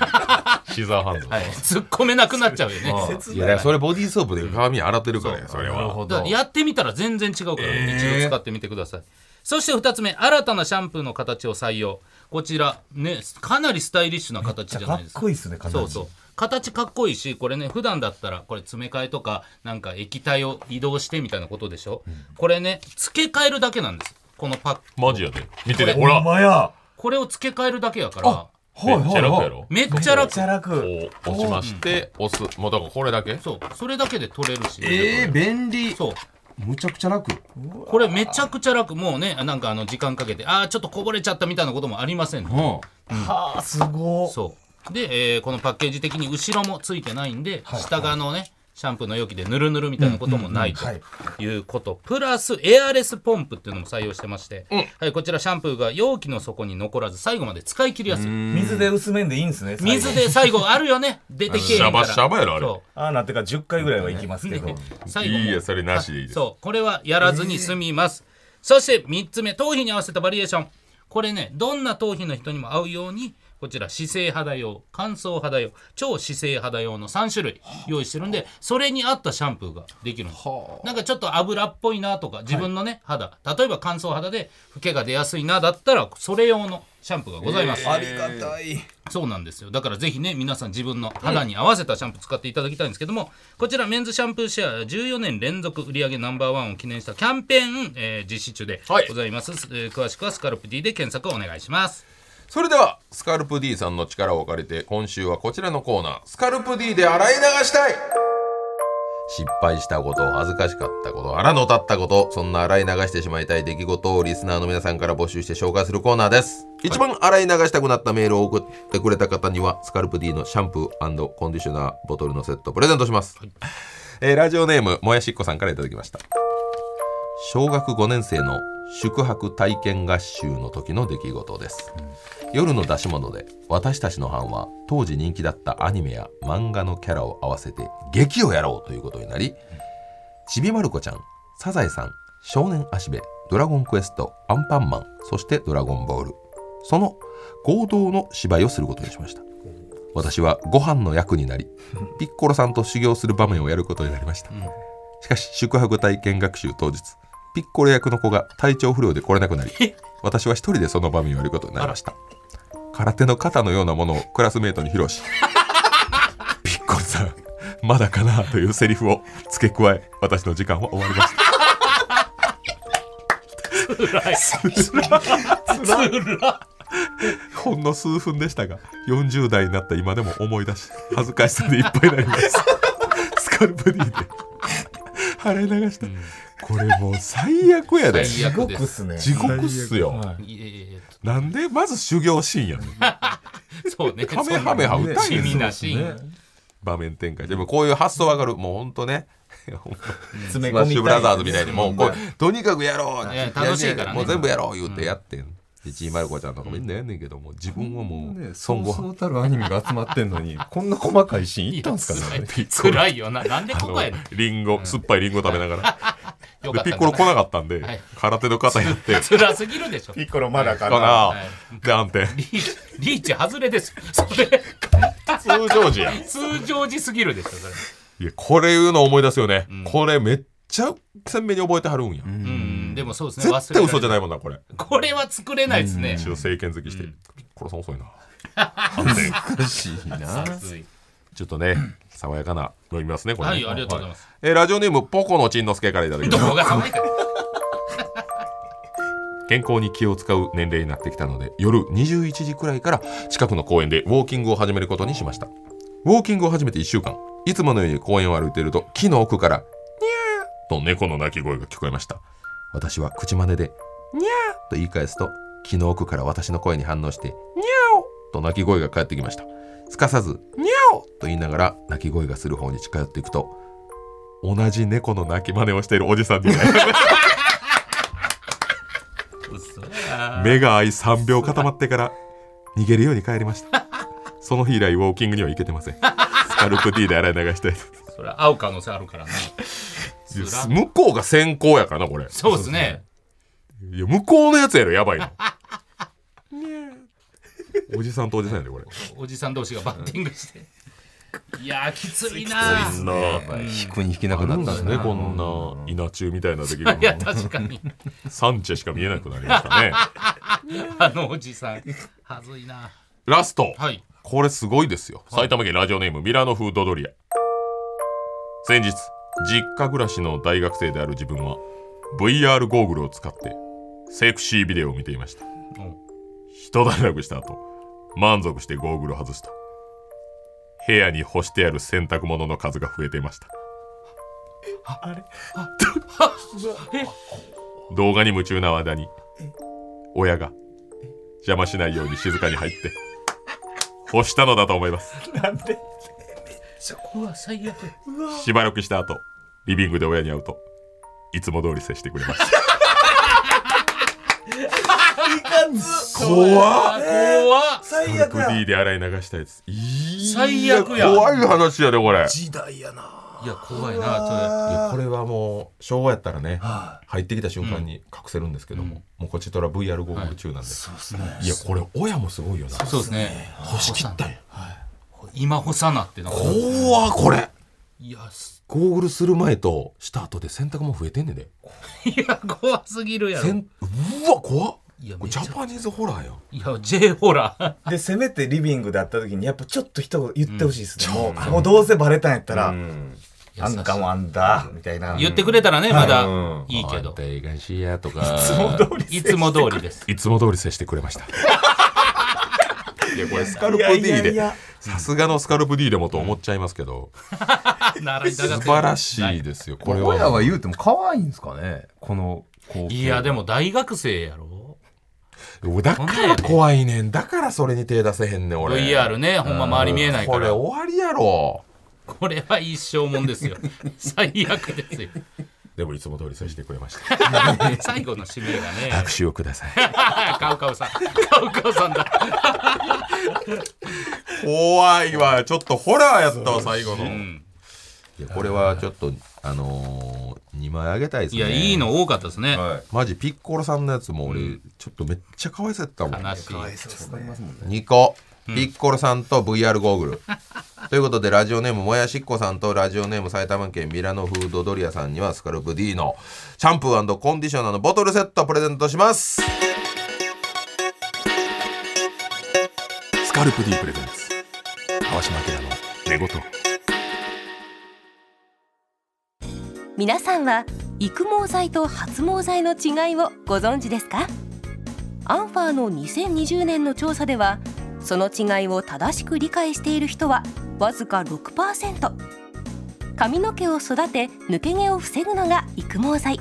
S1: シザーハンズ
S2: はい、突っ込めなくなっちゃうよね。
S1: いやそれボディーソープで鏡洗ってるからやそれ
S4: なる
S1: は
S4: ほ
S2: だ
S4: ど
S2: からやってみたら全然違うから、一度使ってみてくださいそして2つ目新たなシャンプーの形を採用こちらねかなりスタイリッシュな形じゃないですか
S7: 濃いっすねかなり
S2: そうそう形かっこいいしこれね普段だったらこれ詰め替えとかなんか液体を移動してみたいなことでしょ、これね付け替えるだけなんですこのパック
S1: マジやで見てて
S7: ほ
S1: ほら
S7: んまや
S2: これを付け替えるだけやから
S1: めっちゃ楽やろ
S2: めっちゃ
S7: めっ
S2: 楽
S7: ちゃ楽
S1: こう押しまして押すもうだからこれだけ
S2: そうそれだけで取れるし
S4: えー、便利
S2: そう
S4: むちゃくちゃ楽
S2: これめちゃくちゃ楽もうねなんかあの時間かけてああちょっとこぼれちゃったみたいなこともありませんね
S4: うん
S7: はあすごい
S2: そうで、えーこのパッケージ的に後ろもついてないんで、下側のねシャンプーの容器でぬるぬるみたいなこともないと
S7: はい
S2: いうこと、プラスエアレスポンプっていうのも採用してまして、はい、こちらシャンプーが容器の底に残らず最後まで使い切りやすい
S7: 水で薄めんでいいんですね最後
S2: 水で最後あるよね出てけえへんから
S1: シャバシャバやろあれ
S2: そう
S7: ああなってから10回ぐらいはいきますけど
S2: 最後も
S1: いいやそれなしでいいです
S2: そうこれはやらずに済みます、そして3つ目頭皮に合わせたバリエーションこれねどんな頭皮の人にも合うようにこちら姿勢肌用乾燥肌用超姿勢肌用の3種類用意してるんでそれに合ったシャンプーができるんですなんかちょっと油っぽいなとか自分のね、肌例えば乾燥肌でフケが出やすいなだったらそれ用のシャンプーがございます、
S7: ありがたい
S2: そうなんですよだからぜひね皆さん自分の肌に合わせたシャンプー使っていただきたいんですけども、こちらメンズシャンプーシェア14年連続売上ナンバーワンを記念したキャンペーン、えー実施中で
S1: はい
S2: ございます、えー詳しくはスカルプ D で検索をお願いします
S1: それではスカルプ D さんの力を借りて今週はこちらのコーナースカルプ D で洗い流したい失敗したこと恥ずかしかったこと腹の立ったことそんな洗い流してしまいたい出来事をリスナーの皆さんから募集して紹介するコーナーです、一番洗い流したくなったメールを送ってくれた方にはスカルプ D のシャンプーコンディショナーボトルのセットプレゼントします、えーラジオネームもやしっこさんからいただきました小学5年生の宿泊体験合宿の時の出来事です、夜の出し物で私たちの班は当時人気だったアニメや漫画のキャラを合わせて劇をやろうということになり、ちびまる子ちゃんサザエさん少年足部ドラゴンクエストアンパンマンそしてドラゴンボールその合同の芝居をすることにしました私はご飯の役になりピッコロさんと修行する場面をやることになりました、しかし宿泊体験学習当日ピッコロ役の子が体調不良で来れなくなり私は一人でその場面をやることになりました空手の肩のようなものをクラスメートに披露し ピッコロさんまだかなというセリフを付け加え私の時間は終わりましたほんの数分でしたが40代になった今でも思い出し恥ずかしさでいっぱいになりますスカルプ D で払い流した、これもう最悪やで
S2: 最悪
S7: 僕
S2: で
S7: っ
S2: す
S7: すね
S1: 地獄っすよ、
S2: いえいえいえ
S1: なんでまず修行シーンやねん
S2: そうね
S1: カメハメハ歌えよ
S2: 地味なシーン、
S1: 場面展開でもこういう発想わかるもうほんとね
S7: 詰
S1: ス
S7: め
S1: マ
S7: 込みた
S1: ッ
S7: い
S1: シュブラザーズみたいにもうこうとにかくやろう
S2: いや楽しいからね
S1: もう全部やろう言うてやってん、でちいまる子ちゃんとかみんなやんねんけども自分はもう
S4: そう
S1: 孫悟
S4: そ
S1: 飯
S4: うたるアニメが集まってんのに こんな細かいシーンいったんすかね
S2: いや辛い辛いよななんでここやねん
S1: あのリンゴ酸っぱいリンゴ食べなが ら
S2: よ
S1: で
S2: かった
S1: ピ
S2: んじ
S1: ッ
S2: ゃ
S1: コロ来
S2: ない
S1: なかったんで、
S2: はい
S1: 空手の肩や って
S2: 辛すぎるでしょ
S7: ピッコロまだか
S1: かな、
S7: な
S1: で安定
S2: リーチリーチ外れですよそれ
S1: 通常時や
S2: 通常時すぎるでしょそれ
S1: いやこれいうの思い出すよね、これめっちゃ鮮明に覚えてはるんや、
S2: うんでもそうですね
S1: 絶対嘘じゃ
S2: ない
S1: ないもんなこれ
S2: これは作れないですね
S1: 一応政権好きして、これさん遅いな
S4: 難しいな
S2: つい
S1: ちょっとね、爽やかな飲みますね、これね。
S2: はい、ありがとうございます。
S1: えーラジオネームポコのちんのすけからいただきま
S2: ど
S1: す
S2: こが可愛いか。
S1: 健康に気を使う年齢になってきたので夜21時くらいから近くの公園でウォーキングを始めることにしましたウォーキングを始めて1週間いつものように公園を歩いていると木の奥から「ニャー」と猫の鳴き声が聞こえました私は口真似で「ニャー」と言い返すと木の奥から私の声に反応して「ニャオ」と鳴き声が返ってきましたすかさず「ニャオ」と言いながら鳴き声がする方に近寄っていくと同じ猫の鳴き真似をしているおじさんに出会いました
S2: 嘘や
S1: 目が合い3秒固まってから逃げるように帰りましたその日以来ウォーキングには行けてませんスカルプ D で洗い流したいです
S2: それ合う可能性あるからな。つら
S1: 向こうが先行やからなこれ
S2: そうですね。
S1: いや向こうのやつやろやばいのおじさんとおじさんやでこれ
S2: おじさん同士がバッティングして。いやー、きついなー。
S1: な
S4: 引くに引けなくなった
S1: あ
S4: んだ
S1: ね
S4: な
S1: こんな稲中みたいな出来
S2: いや、
S1: 事
S2: 確かに。
S1: サンチェしか見えなくなりましたね
S2: あのおじさん。はずいな。
S1: ラスト
S2: はい。
S1: これすごいですよ、埼玉県ラジオネームミラノ風ドドリア先日実家暮らしの大学生である自分は VR ゴーグルを使ってセクシービデオを見ていました
S2: うん
S1: 一段落した後満足してゴーグルを外すと部屋に干してある洗濯物の数が増えていました動画に夢中な間に親が邪魔しないように静かに入って干したのだと思います
S2: そこは最悪。
S1: しばらくした後リビングで親に会うといつも通り接してくれました
S2: あ怖っ
S7: 最悪や
S1: D で洗い流したやついい
S2: 最悪や。
S1: 怖い話やでこれ
S7: 時代やない
S2: や、怖いな、
S1: いやこれはもう昭和やったらね入ってきた瞬間に隠せるんですけども、もうこちとら VR ゴーグル中なんで、
S7: そうですね
S1: い、やこれ親もすごいよな
S2: それ。そうですね。
S1: 干し切ったんや
S2: 今干さなってな。
S1: 怖っこれ
S2: いや、す
S1: ゴーグルする前とした後で洗濯も増えてんねんで
S2: いや、怖すぎるや
S1: せ
S2: ろ。
S1: んうわ怖っ
S2: いや
S1: これジャパニーズホラーやん
S2: いや、J ホラー。
S7: でせめてリビングで会った時にやっぱちょっと一言言ってほしいですね、もうもうどうせバレたんやったら、あんかもあんだみたいな
S2: 言ってくれたらね、まだいいけど。
S1: 映画しやとか
S2: いつも通りです。
S1: いつも通り接してくれました。いやこれスカルプ
S7: い
S1: D
S7: やいやい
S1: で
S7: や
S1: さすがのスカルプ D でもと思っちゃいますけど
S2: 習いた
S1: 素
S2: がって
S1: 晴らしいですよこれ
S4: 親は
S1: は
S4: 言うても可愛いんですかねこの光景
S2: いや、でも大学生やろ。
S1: だから怖いねんだからそれに手出せへんねん俺
S2: VR ね、ほんま周り見えないか
S1: これ
S2: ら。
S1: 終わりやろ
S2: これは一生もんですよ。 最悪ですよ。
S1: でもいつも通り接してくれ ました
S2: 最後の締めがね。
S1: 握手をください
S2: カウカウさん。カウカウさんだ。
S1: 怖いわちょっとホラーやったわ最後の
S2: うん
S1: いやこれはちょっとあのー、2枚あげたいです
S2: い
S1: ね
S2: や、いいの多かったですね。
S1: マジピッコロさんのやつも俺、ちょっとめっちゃ可愛さやったもん
S2: 悲しい。
S1: 2個ピッコロさんと VR ゴーグル、ということでラジオネームもやしっこさんとラジオネーム埼玉県ミラノフードドリアさんにはスカルプ D のシャンプーコンディショナーのボトルセットプレゼントしますスカルプ D プレゼンツ川島明の寝言
S6: 皆さんは育毛剤と発毛剤の違いをご存知ですかアンファーの2020年の調査ではその違いを正しく理解している人はわずか6%髪の毛を育て抜け毛を防ぐのが育毛剤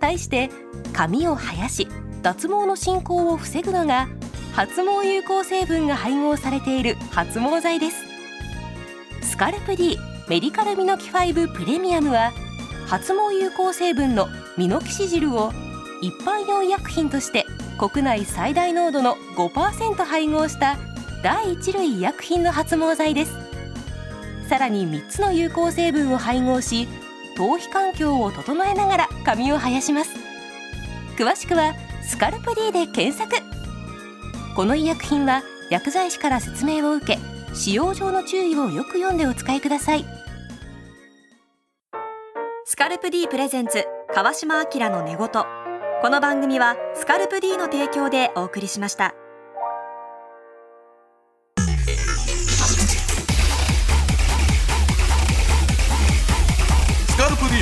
S6: 対して髪を生やし脱毛の進行を防ぐのが発毛有効成分が配合されている発毛剤ですスカルプ D メディカルミノキ5プレミアムは発毛有効成分のミノキシジルを一般用医薬品として国内最大濃度の5%配合した第一類医薬品の発毛剤ですさらに3つの有効成分を配合し頭皮環境を整えながら髪を生やします詳しくは「スカルプ D」で検索この医薬品は薬剤師から説明を受け使用上の注意をよく読んでお使いください
S8: スカルプ D プレゼンツ川島明の寝言この番組はスカルプ D の提供でお送りしました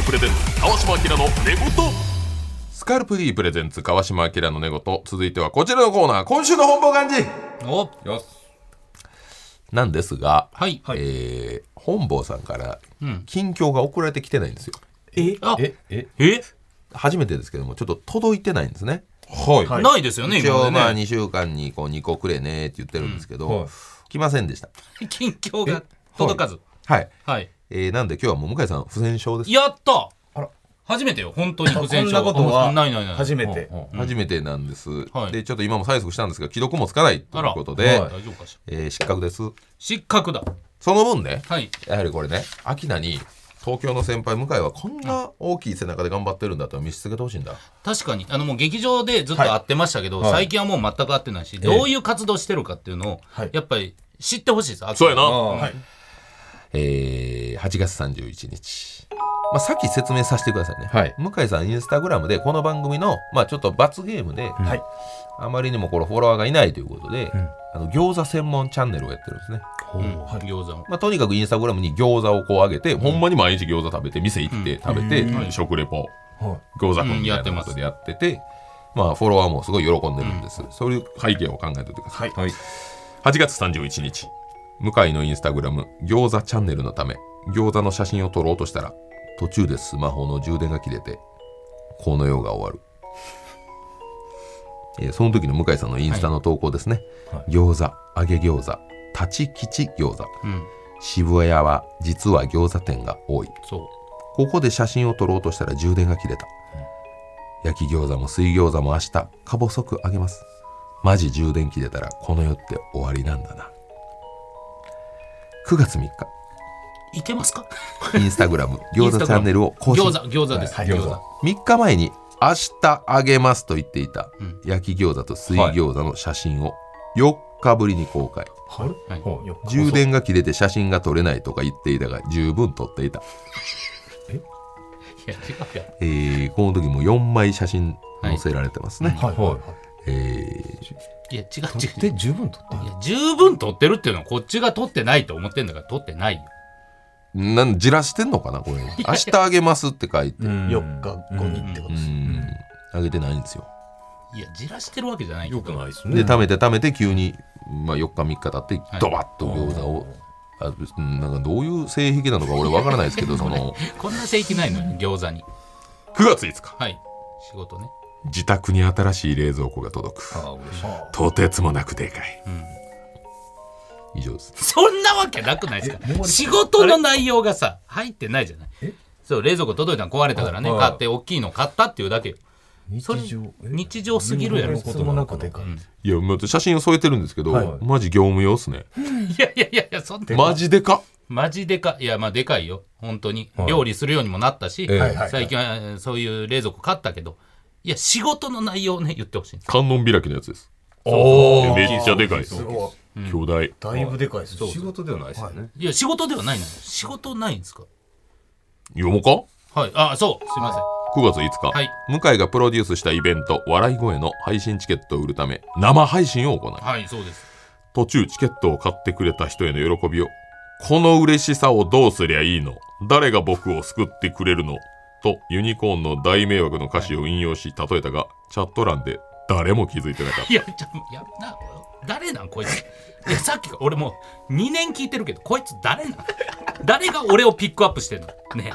S1: プレゼンツ川島明の寝言スカルプ D プレゼンツ川島明の寝言続いてはこちらのコーナー今週の本望漢字
S2: お
S1: よなんですが、
S2: はい
S1: えー本坊さんから
S2: うん
S1: 近況が送られてきてないんですよ
S2: あ
S4: ええ
S2: え
S1: 初めてですけどもちょっと届いてないんですね
S5: はい。
S3: はい
S2: ないですよね
S1: 一
S2: 今
S1: 応ま
S2: ま
S1: あ
S2: でね
S1: 2週間にこう2個くれねって言ってるんですけど、
S5: うんはい
S1: 来ませんでした
S2: 近況が届かず
S1: はい、
S2: はい
S1: えーなんで今日はもう向井さん不戦勝です、
S2: やった初めてよ本当に不
S7: そ
S2: 戦
S7: んな
S2: 勝
S7: ことは
S2: ないないない
S7: 初めて
S1: 初めてなんです、
S2: はい
S1: でちょっと今も催促したんですが既読もつかないと
S2: あ
S1: いう
S2: ら
S1: ことで、
S2: はい大丈夫かしら
S1: えー失格です
S2: 失格だ
S1: その分ね
S2: はい
S1: やはりこれね秋名に東京の先輩向井はこんな大きい背中で頑張ってるんだと見せつけてほしいんだ
S2: 確かにあのもう劇場でずっと会ってましたけど、最近はもう全く会ってないし、どういう活動してるかっていうのを、
S7: はい
S2: やっぱり知ってほしいです
S1: そうやな
S5: はい。
S1: えー、8月31日、まあ、さっき説明させてくださいね、
S4: はい
S1: 向井さんインスタグラムでこの番組の、まあ、ちょっと罰ゲームで、
S7: はい
S1: あまりにもこれフォロワーがいないということで、あの餃子専門チャンネルをやってるんですね、
S2: うん餃子も
S1: まあ、とにかくインスタグラムに餃子をこう上げて、ほんまに毎日餃子食べて店行って食べて、食レポ、餃子くんみたいなことでやってて、まあ、フォロワーもすごい喜んでるんです、そういう背景を考えておいてください、
S4: はい
S1: 8月31日向井のインスタグラム餃子チャンネルのため餃子の写真を撮ろうとしたら途中でスマホの充電が切れてこの世が終わる、えーその時の向井さんのインスタの投稿ですね、餃子揚げ餃子立ち吉餃子
S2: うん
S1: 渋谷は実は餃子店が多い
S2: そ
S1: ここで写真を撮ろうとしたら充電が切れた。焼き餃子も水餃子も明日、か細くあげます。マジ充電切れたらこの世って終わりなんだな。9月3日、
S2: ういけますか
S1: インスタグ ラム餃子チャンネルを更
S2: 餃
S1: 新。
S2: 子餃子です、餃子
S1: 3日前に明日あげますと言っていた
S2: うん
S1: 焼き餃子と水餃子の写真を4日ぶりに公開。
S2: はい
S1: 充電が切れて写真が撮れないとか言っていたが十分撮っていた。
S2: いや違うや
S1: えーこの時も4枚写真載せられてますね。
S4: はいは
S1: えー
S2: いや違う
S4: い
S2: 違う
S4: で十分取って
S2: いや十分取ってるっていうのはこっちが取ってないと思ってんだから取ってないよ
S1: なんじらしてんのかなこれ明日あげますって書いてうん
S7: 4日後にってことです
S1: あげてないんですよ
S2: いやじらしてるわけじゃないけど
S5: よくないですね。
S1: で貯めて貯めて急に、まあ、4日3日経って
S2: はい
S1: ドバッと餃子を、あうんなんかどういう性癖なのか俺わからないですけどそ の
S2: こんな正規ないのよ餃子に
S1: 9月5日
S2: はい仕事ね
S1: 自宅に新しい冷蔵庫が届くとてつもなくでかい、以上です
S2: そんなわけなくないですか仕事の内容がさ入ってないじゃないそう冷蔵庫届いたの壊れたからね買って大きいの買ったっていうだけよそれ日常すぎるやろ
S7: ともなくでかい
S1: いやまず写真を添えてるんですけど、マジ業務用っすね
S2: いやいやいやいやそんな
S1: マジでかっ
S2: マジでかいやまあでかいよ本当に料理するようにもなったし
S7: いはい
S2: 最近はえーそういう冷蔵庫買ったけどいや仕事の内容をね言ってほしい
S1: 観音開きのやつです
S5: お
S1: めっちゃでかいです
S7: ご
S1: 巨大
S7: だいぶでかいですね
S4: 仕事ではないですよね
S2: いや仕事ではないのよ仕事ないんですか
S1: 読もうか
S2: はいあそうすいません
S1: 9月5日、
S2: はい
S1: 向井がプロデュースしたイベント「笑い声」の配信チケットを売るため生配信を行い
S2: はいそうです
S1: 途中チケットを買ってくれた人への喜びを「この嬉しさをどうすりゃいいの誰が僕を救ってくれるの?」とユニコーンの大迷惑の歌詞を引用し例えたがチャット欄で誰も気づいてなかっ
S2: いやちょやな誰なんこいついやさっきから俺もう2年聞いてるけどこいつ誰なん誰が俺をピックアップしてんのね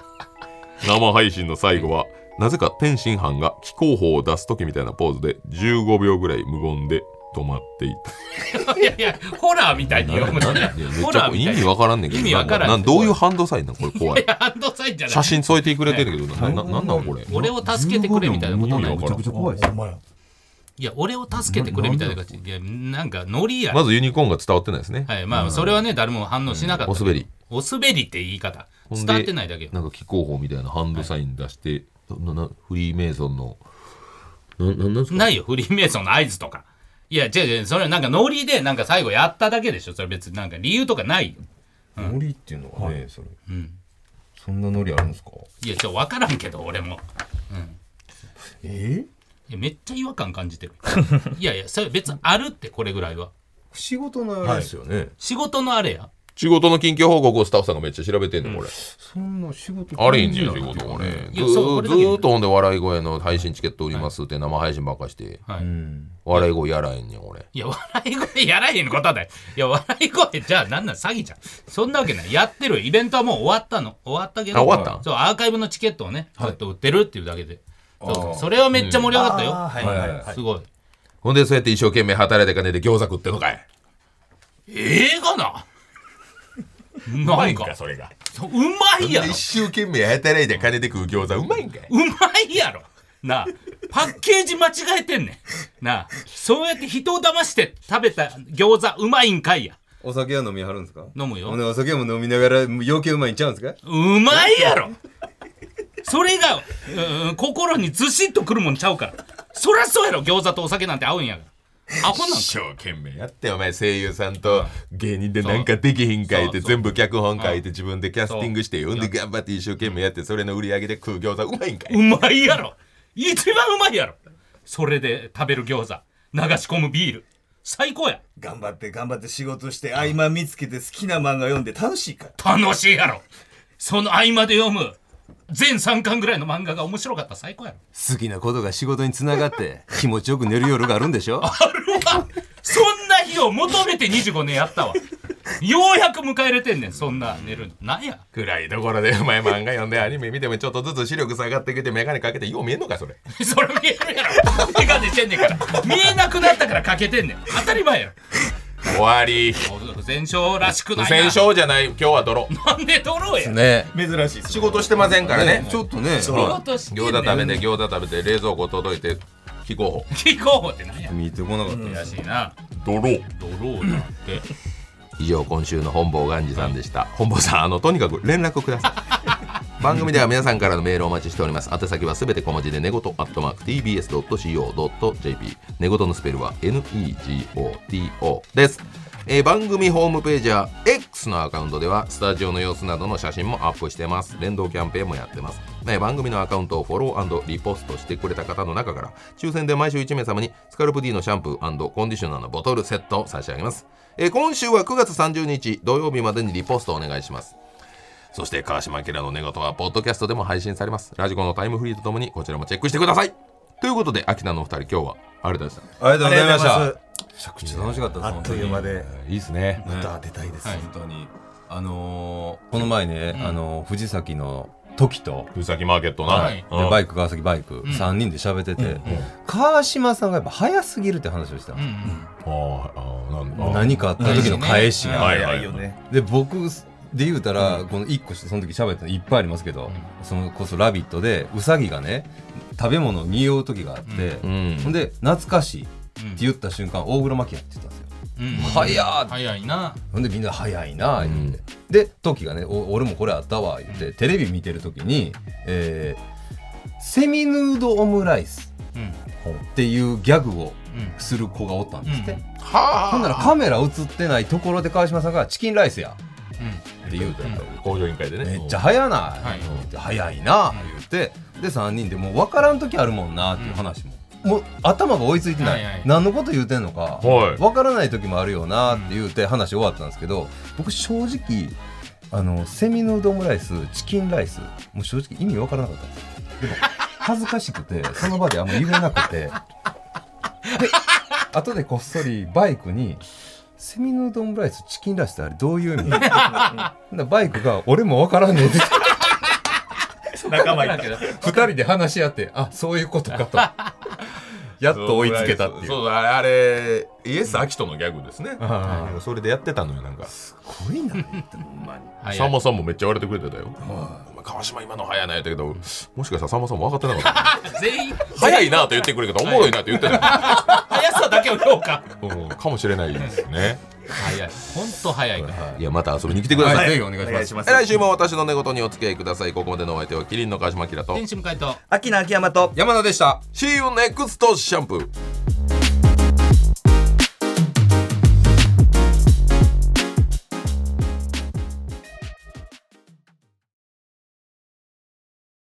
S1: た生配信の最後はなぜか天津飯が気候法を出す時みたいなポーズで15秒ぐらい無言で止まっていた
S2: いやいやホラーみたいに読む
S1: な
S2: の
S1: んで
S2: ね
S1: いやめっ
S2: ホ
S1: ちゃ
S2: ラ
S1: こ
S2: ー
S1: う
S2: み
S1: 意
S2: たい
S1: 味わからんねんけど
S2: 意味わからん
S1: ななどういうハンドサインなのこれ怖い
S2: いやハンドサインじゃない
S1: 写真添えてくれてるけどなななんなんこれ
S2: 俺を助けてくれみたいなことない
S1: 15秒
S4: めちゃくちゃ怖いです
S7: お前
S2: いや俺を助けてくれみたいな感じいやなんかノリや
S1: まずユニコーンが伝わってないですね、
S2: はいまあそれはね誰も反応しなかった
S1: お滑り
S2: お滑りって言い方
S1: ほん
S2: 伝
S1: で
S2: わってないだけよ
S1: なんか気候法みたいなハンドサイン出して、ななフリーメイソンのななんなんすか
S2: ないよフリーメイソンの合図とかいや違う違うそれはなんかノリでなんか最後やっただけでしょそれ別になんか理由とかないよ
S4: ノリっていうのはねそれそんなノリあるんですか
S2: いやちょ分からんけど俺も
S7: え
S2: いやめっちゃ違和感感じてるいやいやそれ別にあるってこれぐらいは
S4: 仕事のあれですよね
S2: 仕事のあれや
S1: 仕事の近況報告をスタッフさんがめっちゃ調べてんねんこれ、
S4: そんな仕事
S1: あれいいんねん仕事これ
S2: い
S1: ず
S2: やそうこ
S1: ー
S2: れ
S1: ず
S2: だけ
S1: ーっとほんで笑い声の配信チケット売りますって生配信ばっかして
S2: はい
S1: 笑い声やらへんねん俺
S2: いや、笑い声やらへんのことはない。いや、笑い声じゃあなんなん詐欺じゃん。そんなわけない。やってるよイベントはもう終わったの。終わったけど。
S1: あ終わった
S2: そう、アーカイブのチケットをね、ずっと売ってるっていうだけで。そうそれはめっちゃ盛り上がったよ。はい
S5: はいはい
S2: すごい。
S1: ほんでそうやって一生懸命働いて金で餃子食ってんのかい
S2: 映画ななんか、
S1: それが
S2: そううまいやろ。
S1: 一生懸命働いて金で食う餃子うまいんかいう
S2: まいやろなあパッケージ間違えてんねんなあそうやって人を騙して食べた餃子うまいんかいや
S4: お酒は飲みはるんですか
S2: 飲むよ
S4: ほんでお酒も飲みながら余計うまいんちゃうんですか
S2: うまいやろそれが、うん心にずしっとくるもんちゃうからそりゃそうやろ餃子とお酒なんて合うんやからアホなんか
S1: 一生懸命やってお前声優さんと芸人でなんかできひんかいって
S2: そうそう
S1: 全部脚本書いて自分でキャスティングしてほんで頑張って一生懸命やってそれの売り上げで食う餃子うまいんかいう
S2: まいやろ一番うまいやろそれで食べる餃子流し込むビール最高や
S7: 頑張って頑張って仕事して合間見つけて好きな漫画読んで楽しいから
S2: 楽しいやろその合間で読む全3巻ぐらいの漫画が面白かった最高やろ
S4: 好きなことが仕事につながって気持ちよく寝る夜があるんでしょ
S2: あるわそんな日を求めて25年やったわようやく迎えれてんねんそんな寝るのなんや
S1: 暗いところでお前漫画読んでアニメ見てもちょっとずつ視力下がってきて眼鏡かけてよう見えんのかそれ
S2: それ見えるやろ手が出してんねんから見えなくなったから欠けてんねん当たり前やろ
S1: 終わり
S2: 不戦勝らしく
S1: 不
S2: ない
S1: 戦
S2: な
S1: 勝じゃない今日は泥
S2: なんで取ろうや
S4: ね
S7: 珍しいです
S1: 仕事してませんからね
S4: ちょっとね
S2: 仕事してんね
S1: 餃
S2: ん
S1: 子食べて餃子食べて冷蔵庫届いて非合法
S2: 非合法ってなんや
S4: 見てこなかった
S2: らしいな
S1: 泥
S2: ドローだって
S1: 以上今週の本坊がんじさんでした本坊さんあのとにかく連絡ください番組では皆さんからのメールをお待ちしております宛先はすべて小文字で寝言アットマーク tbs.co.jp 寝言のスペルは negoto ですえー番組ホームページや X のアカウントではスタジオの様子などの写真もアップしてます連動キャンペーンもやってますえー番組のアカウントをフォローリポストしてくれた方の中から抽選で毎週1名様にスカルプ D のシャンプーコンディショナーのボトルセットを差し上げます、えー今週は9月30日土曜日までにリポストお願いしますそして川島明の寝言はポッドキャストでも配信されますラジコのタイムフリーとともにこちらもチェックしてくださいということで秋田のお二人今日はありがとうございました
S4: ありがとうございました
S7: ありがとうござい
S4: めちゃくちゃ楽しかったです
S7: あっという間で
S1: いいですね
S7: また出たいです、
S4: 本当にあのーこの前ね、あのー藤崎の時と
S1: 藤崎マーケットな、
S2: はい
S1: うん
S4: でバイク川崎バイク、3人で喋ってて、川島さんがやっぱ早すぎるって話をしてた
S2: うん
S4: の、
S1: あーあーなんだ
S4: 何かあった時の返しが、
S1: は
S7: はいい
S1: はい
S7: いよね
S4: で僕で言うたら、この1個その時喋ったのいっぱいありますけど、そのこそ「ラビット!」でウサギがね食べ物を匂う時があって、
S1: うん
S4: ほんで「懐かしい」って
S2: うん
S4: 言った瞬間大黒摩季やって言ったんです
S2: う
S4: よ。
S2: んうん
S4: 早ーって
S2: 早いな
S4: ほんでみんな早いなあ言って、
S1: うん
S4: でトキがねお「俺もこれあったわ」言ってテレビ見てる時に、えーセミヌードオムライス
S2: うん
S4: っていうギャグを
S2: うん
S4: する子がおったんですって、
S2: うん
S4: ほんならカメラ映ってないところで川島さんが「チキンライスや」
S2: う
S4: って言うて、
S1: 工場委員会でね
S4: めっちゃ早ない」
S2: はい
S4: 言って早いな」言ってで3人でもう分からん時あるもんなっていう話も。もう頭が追いついてない、
S2: はいはい
S4: 何のこと言うてんのか、
S1: はい
S4: 分からない時もあるよなって言うて話終わったんですけど僕正直あのセミのうどんライスチキンライスもう正直意味分からなかったんですよでも恥ずかしく てその場であんま言えなくてで後でこっそりバイクに「セミのうどんライスチキンライスってあれどういう 意味?」ほんならバイクが「俺も分からんねえ」って
S7: 仲間いた
S4: 2人で話し合って「あそういうことか」とやっと追いつけたっていう。
S1: そうだあれイエス・アキトのギャグですね、
S4: あー
S1: それでやってたのよなんか
S4: すごいな、ほんまに。
S2: 早い
S1: さんまさんもめっちゃ言われてくれてたよ、お前川島今の早いなやったけどもしかしたらさんまさんも分かってなかった
S2: 全員
S1: 早いなと言ってくれるけどおもろいなと言ってた
S2: 速さだけを評価
S1: うんかもしれないですね
S2: 早いほんと早いから
S1: いやまた遊びに来てください、
S4: ぜひお願いし
S7: お
S4: ま
S7: 願い
S4: す
S7: し。ます
S1: え来週も私の寝言にお付き合いくださいここまでのお相手はキリンの川島明と
S2: 天使迎えと
S7: 秋の秋山と
S4: 山田でした。
S1: See you next シャンプー